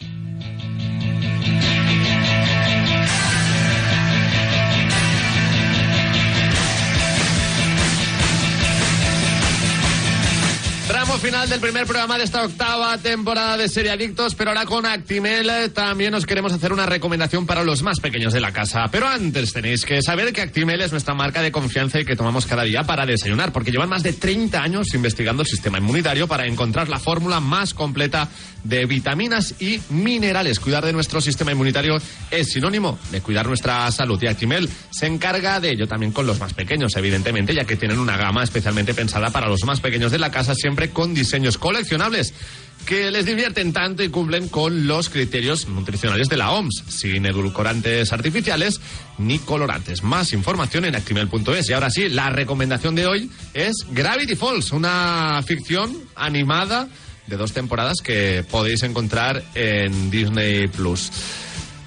Tramo final del primer programa de esta octava temporada de Serie Adictos, pero ahora con Actimel eh, también os queremos hacer una recomendación para los más pequeños de la casa. Pero antes tenéis que saber que Actimel es nuestra marca de confianza y que tomamos cada día para desayunar, porque llevan más de 30 años investigando el sistema inmunitario para encontrar la fórmula más completa de vitaminas y minerales. Cuidar de nuestro sistema inmunitario es sinónimo de cuidar nuestra salud y Actimel se encarga de ello también con los más pequeños, evidentemente, ya que tienen una gama especialmente pensada para los más pequeños de la casa, siempre con diseños coleccionables que les divierten tanto y cumplen con los criterios nutricionales de la OMS, sin edulcorantes artificiales ni colorantes. Más información en actimel.es. Y ahora sí, la recomendación de hoy es Gravity Falls, una ficción animada de dos temporadas que podéis encontrar en Disney Plus.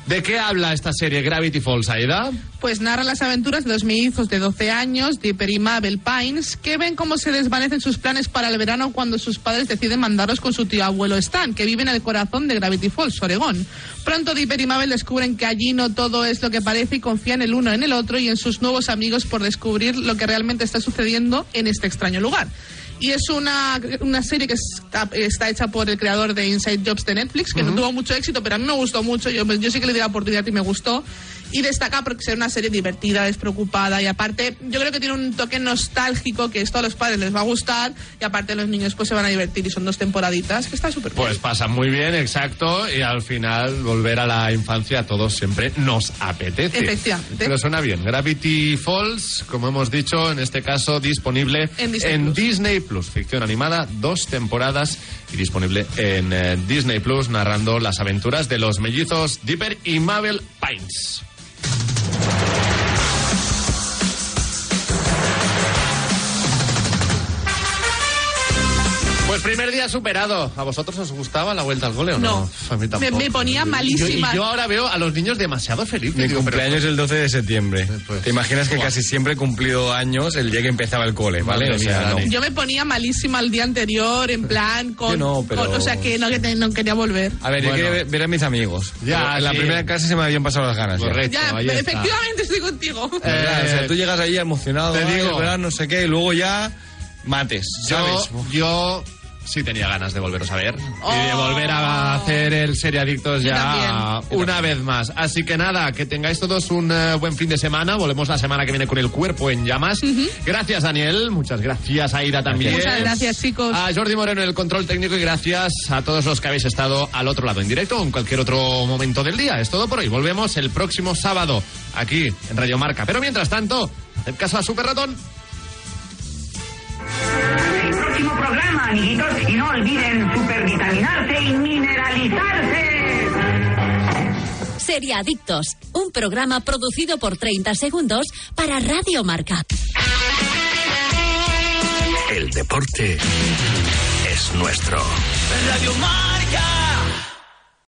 ¿De qué habla esta serie Gravity Falls, Aida? Pues narra las aventuras de dos hijos de 12 años, Dipper y Mabel Pines, que ven cómo se desvanecen sus planes para el verano cuando sus padres deciden mandarlos con su tío abuelo Stan, que vive en el corazón de Gravity Falls, Oregón. Pronto Dipper y Mabel descubren que allí no todo es lo que parece y confían el uno en el otro y en sus nuevos amigos por descubrir lo que realmente está sucediendo en este extraño lugar. Y es una, una serie que está, está hecha por el creador de Inside Jobs de Netflix, que no tuvo mucho éxito, pero a mí me gustó mucho. Yo, pues, yo sí que le di la oportunidad y me gustó. Y destaca porque es una serie divertida, despreocupada. Y aparte, yo creo que tiene un toque nostálgico que esto a los padres les va a gustar. Y aparte, los niños pues se van a divertir. Y son dos temporaditas que está súper Pues pasa muy bien, exacto, y al final volver a la infancia a todos siempre nos apetece. Efectivamente. Pero suena bien. Gravity Falls, como hemos dicho, en este caso disponible En Disney Plus. Disney Plus, ficción animada, dos temporadas y disponible en eh, Disney Plus narrando las aventuras de los mellizos Dipper y Mabel Pines. Pues primer día superado. ¿A vosotros os gustaba la vuelta al gole o no? No. A mí Me- tampoco. me ponía Yo- malísima. Y yo ahora veo a los niños demasiado felices. Mi Digo, pero- cumpleaños es el 12 de septiembre. Pues, ¿Te imaginas que guau. casi siempre he cumplido años el día que empezaba el cole, ¿vale? Madre o sea, mía, no. Dani. Yo me ponía malísima el día anterior, en plan, con. Yo no, pero- con- o sea, que no, que te- no quería volver. A ver, yo Bueno. quería ver- ver a mis amigos. Ya, Pero en la sí. primera clase se me habían pasado las ganas. ya. Correcto, Ya, ahí está. Eh, efectivamente estoy contigo. ¿Verdad? o sea, tú llegas ahí emocionado, te te digo. digo, no sé qué, y luego ya mates, Yo, ¿sabes? yo sí tenía ganas de volveros a ver y de Oh. volver a hacer el Serie Adictos Yo ya también. una vez más. Así que nada, que tengáis todos un eh, buen fin de semana. Volvemos la semana que viene con el cuerpo en llamas. Gracias, Daniel. Muchas gracias, Aida también. Muchas gracias, chicos. A Jordi Moreno en el control técnico y gracias a todos los que habéis estado al otro lado en directo o en cualquier otro momento del día. Es todo por hoy. Volvemos el próximo sábado aquí en Radio Marca. Pero mientras tanto, haced caso a Super Ratón. el próximo programa, amiguitos, y no olviden supervitaminarse y mineralizarse. Sería Adictos, un programa producido por 30 segundos para Radio Marca. El deporte es nuestro.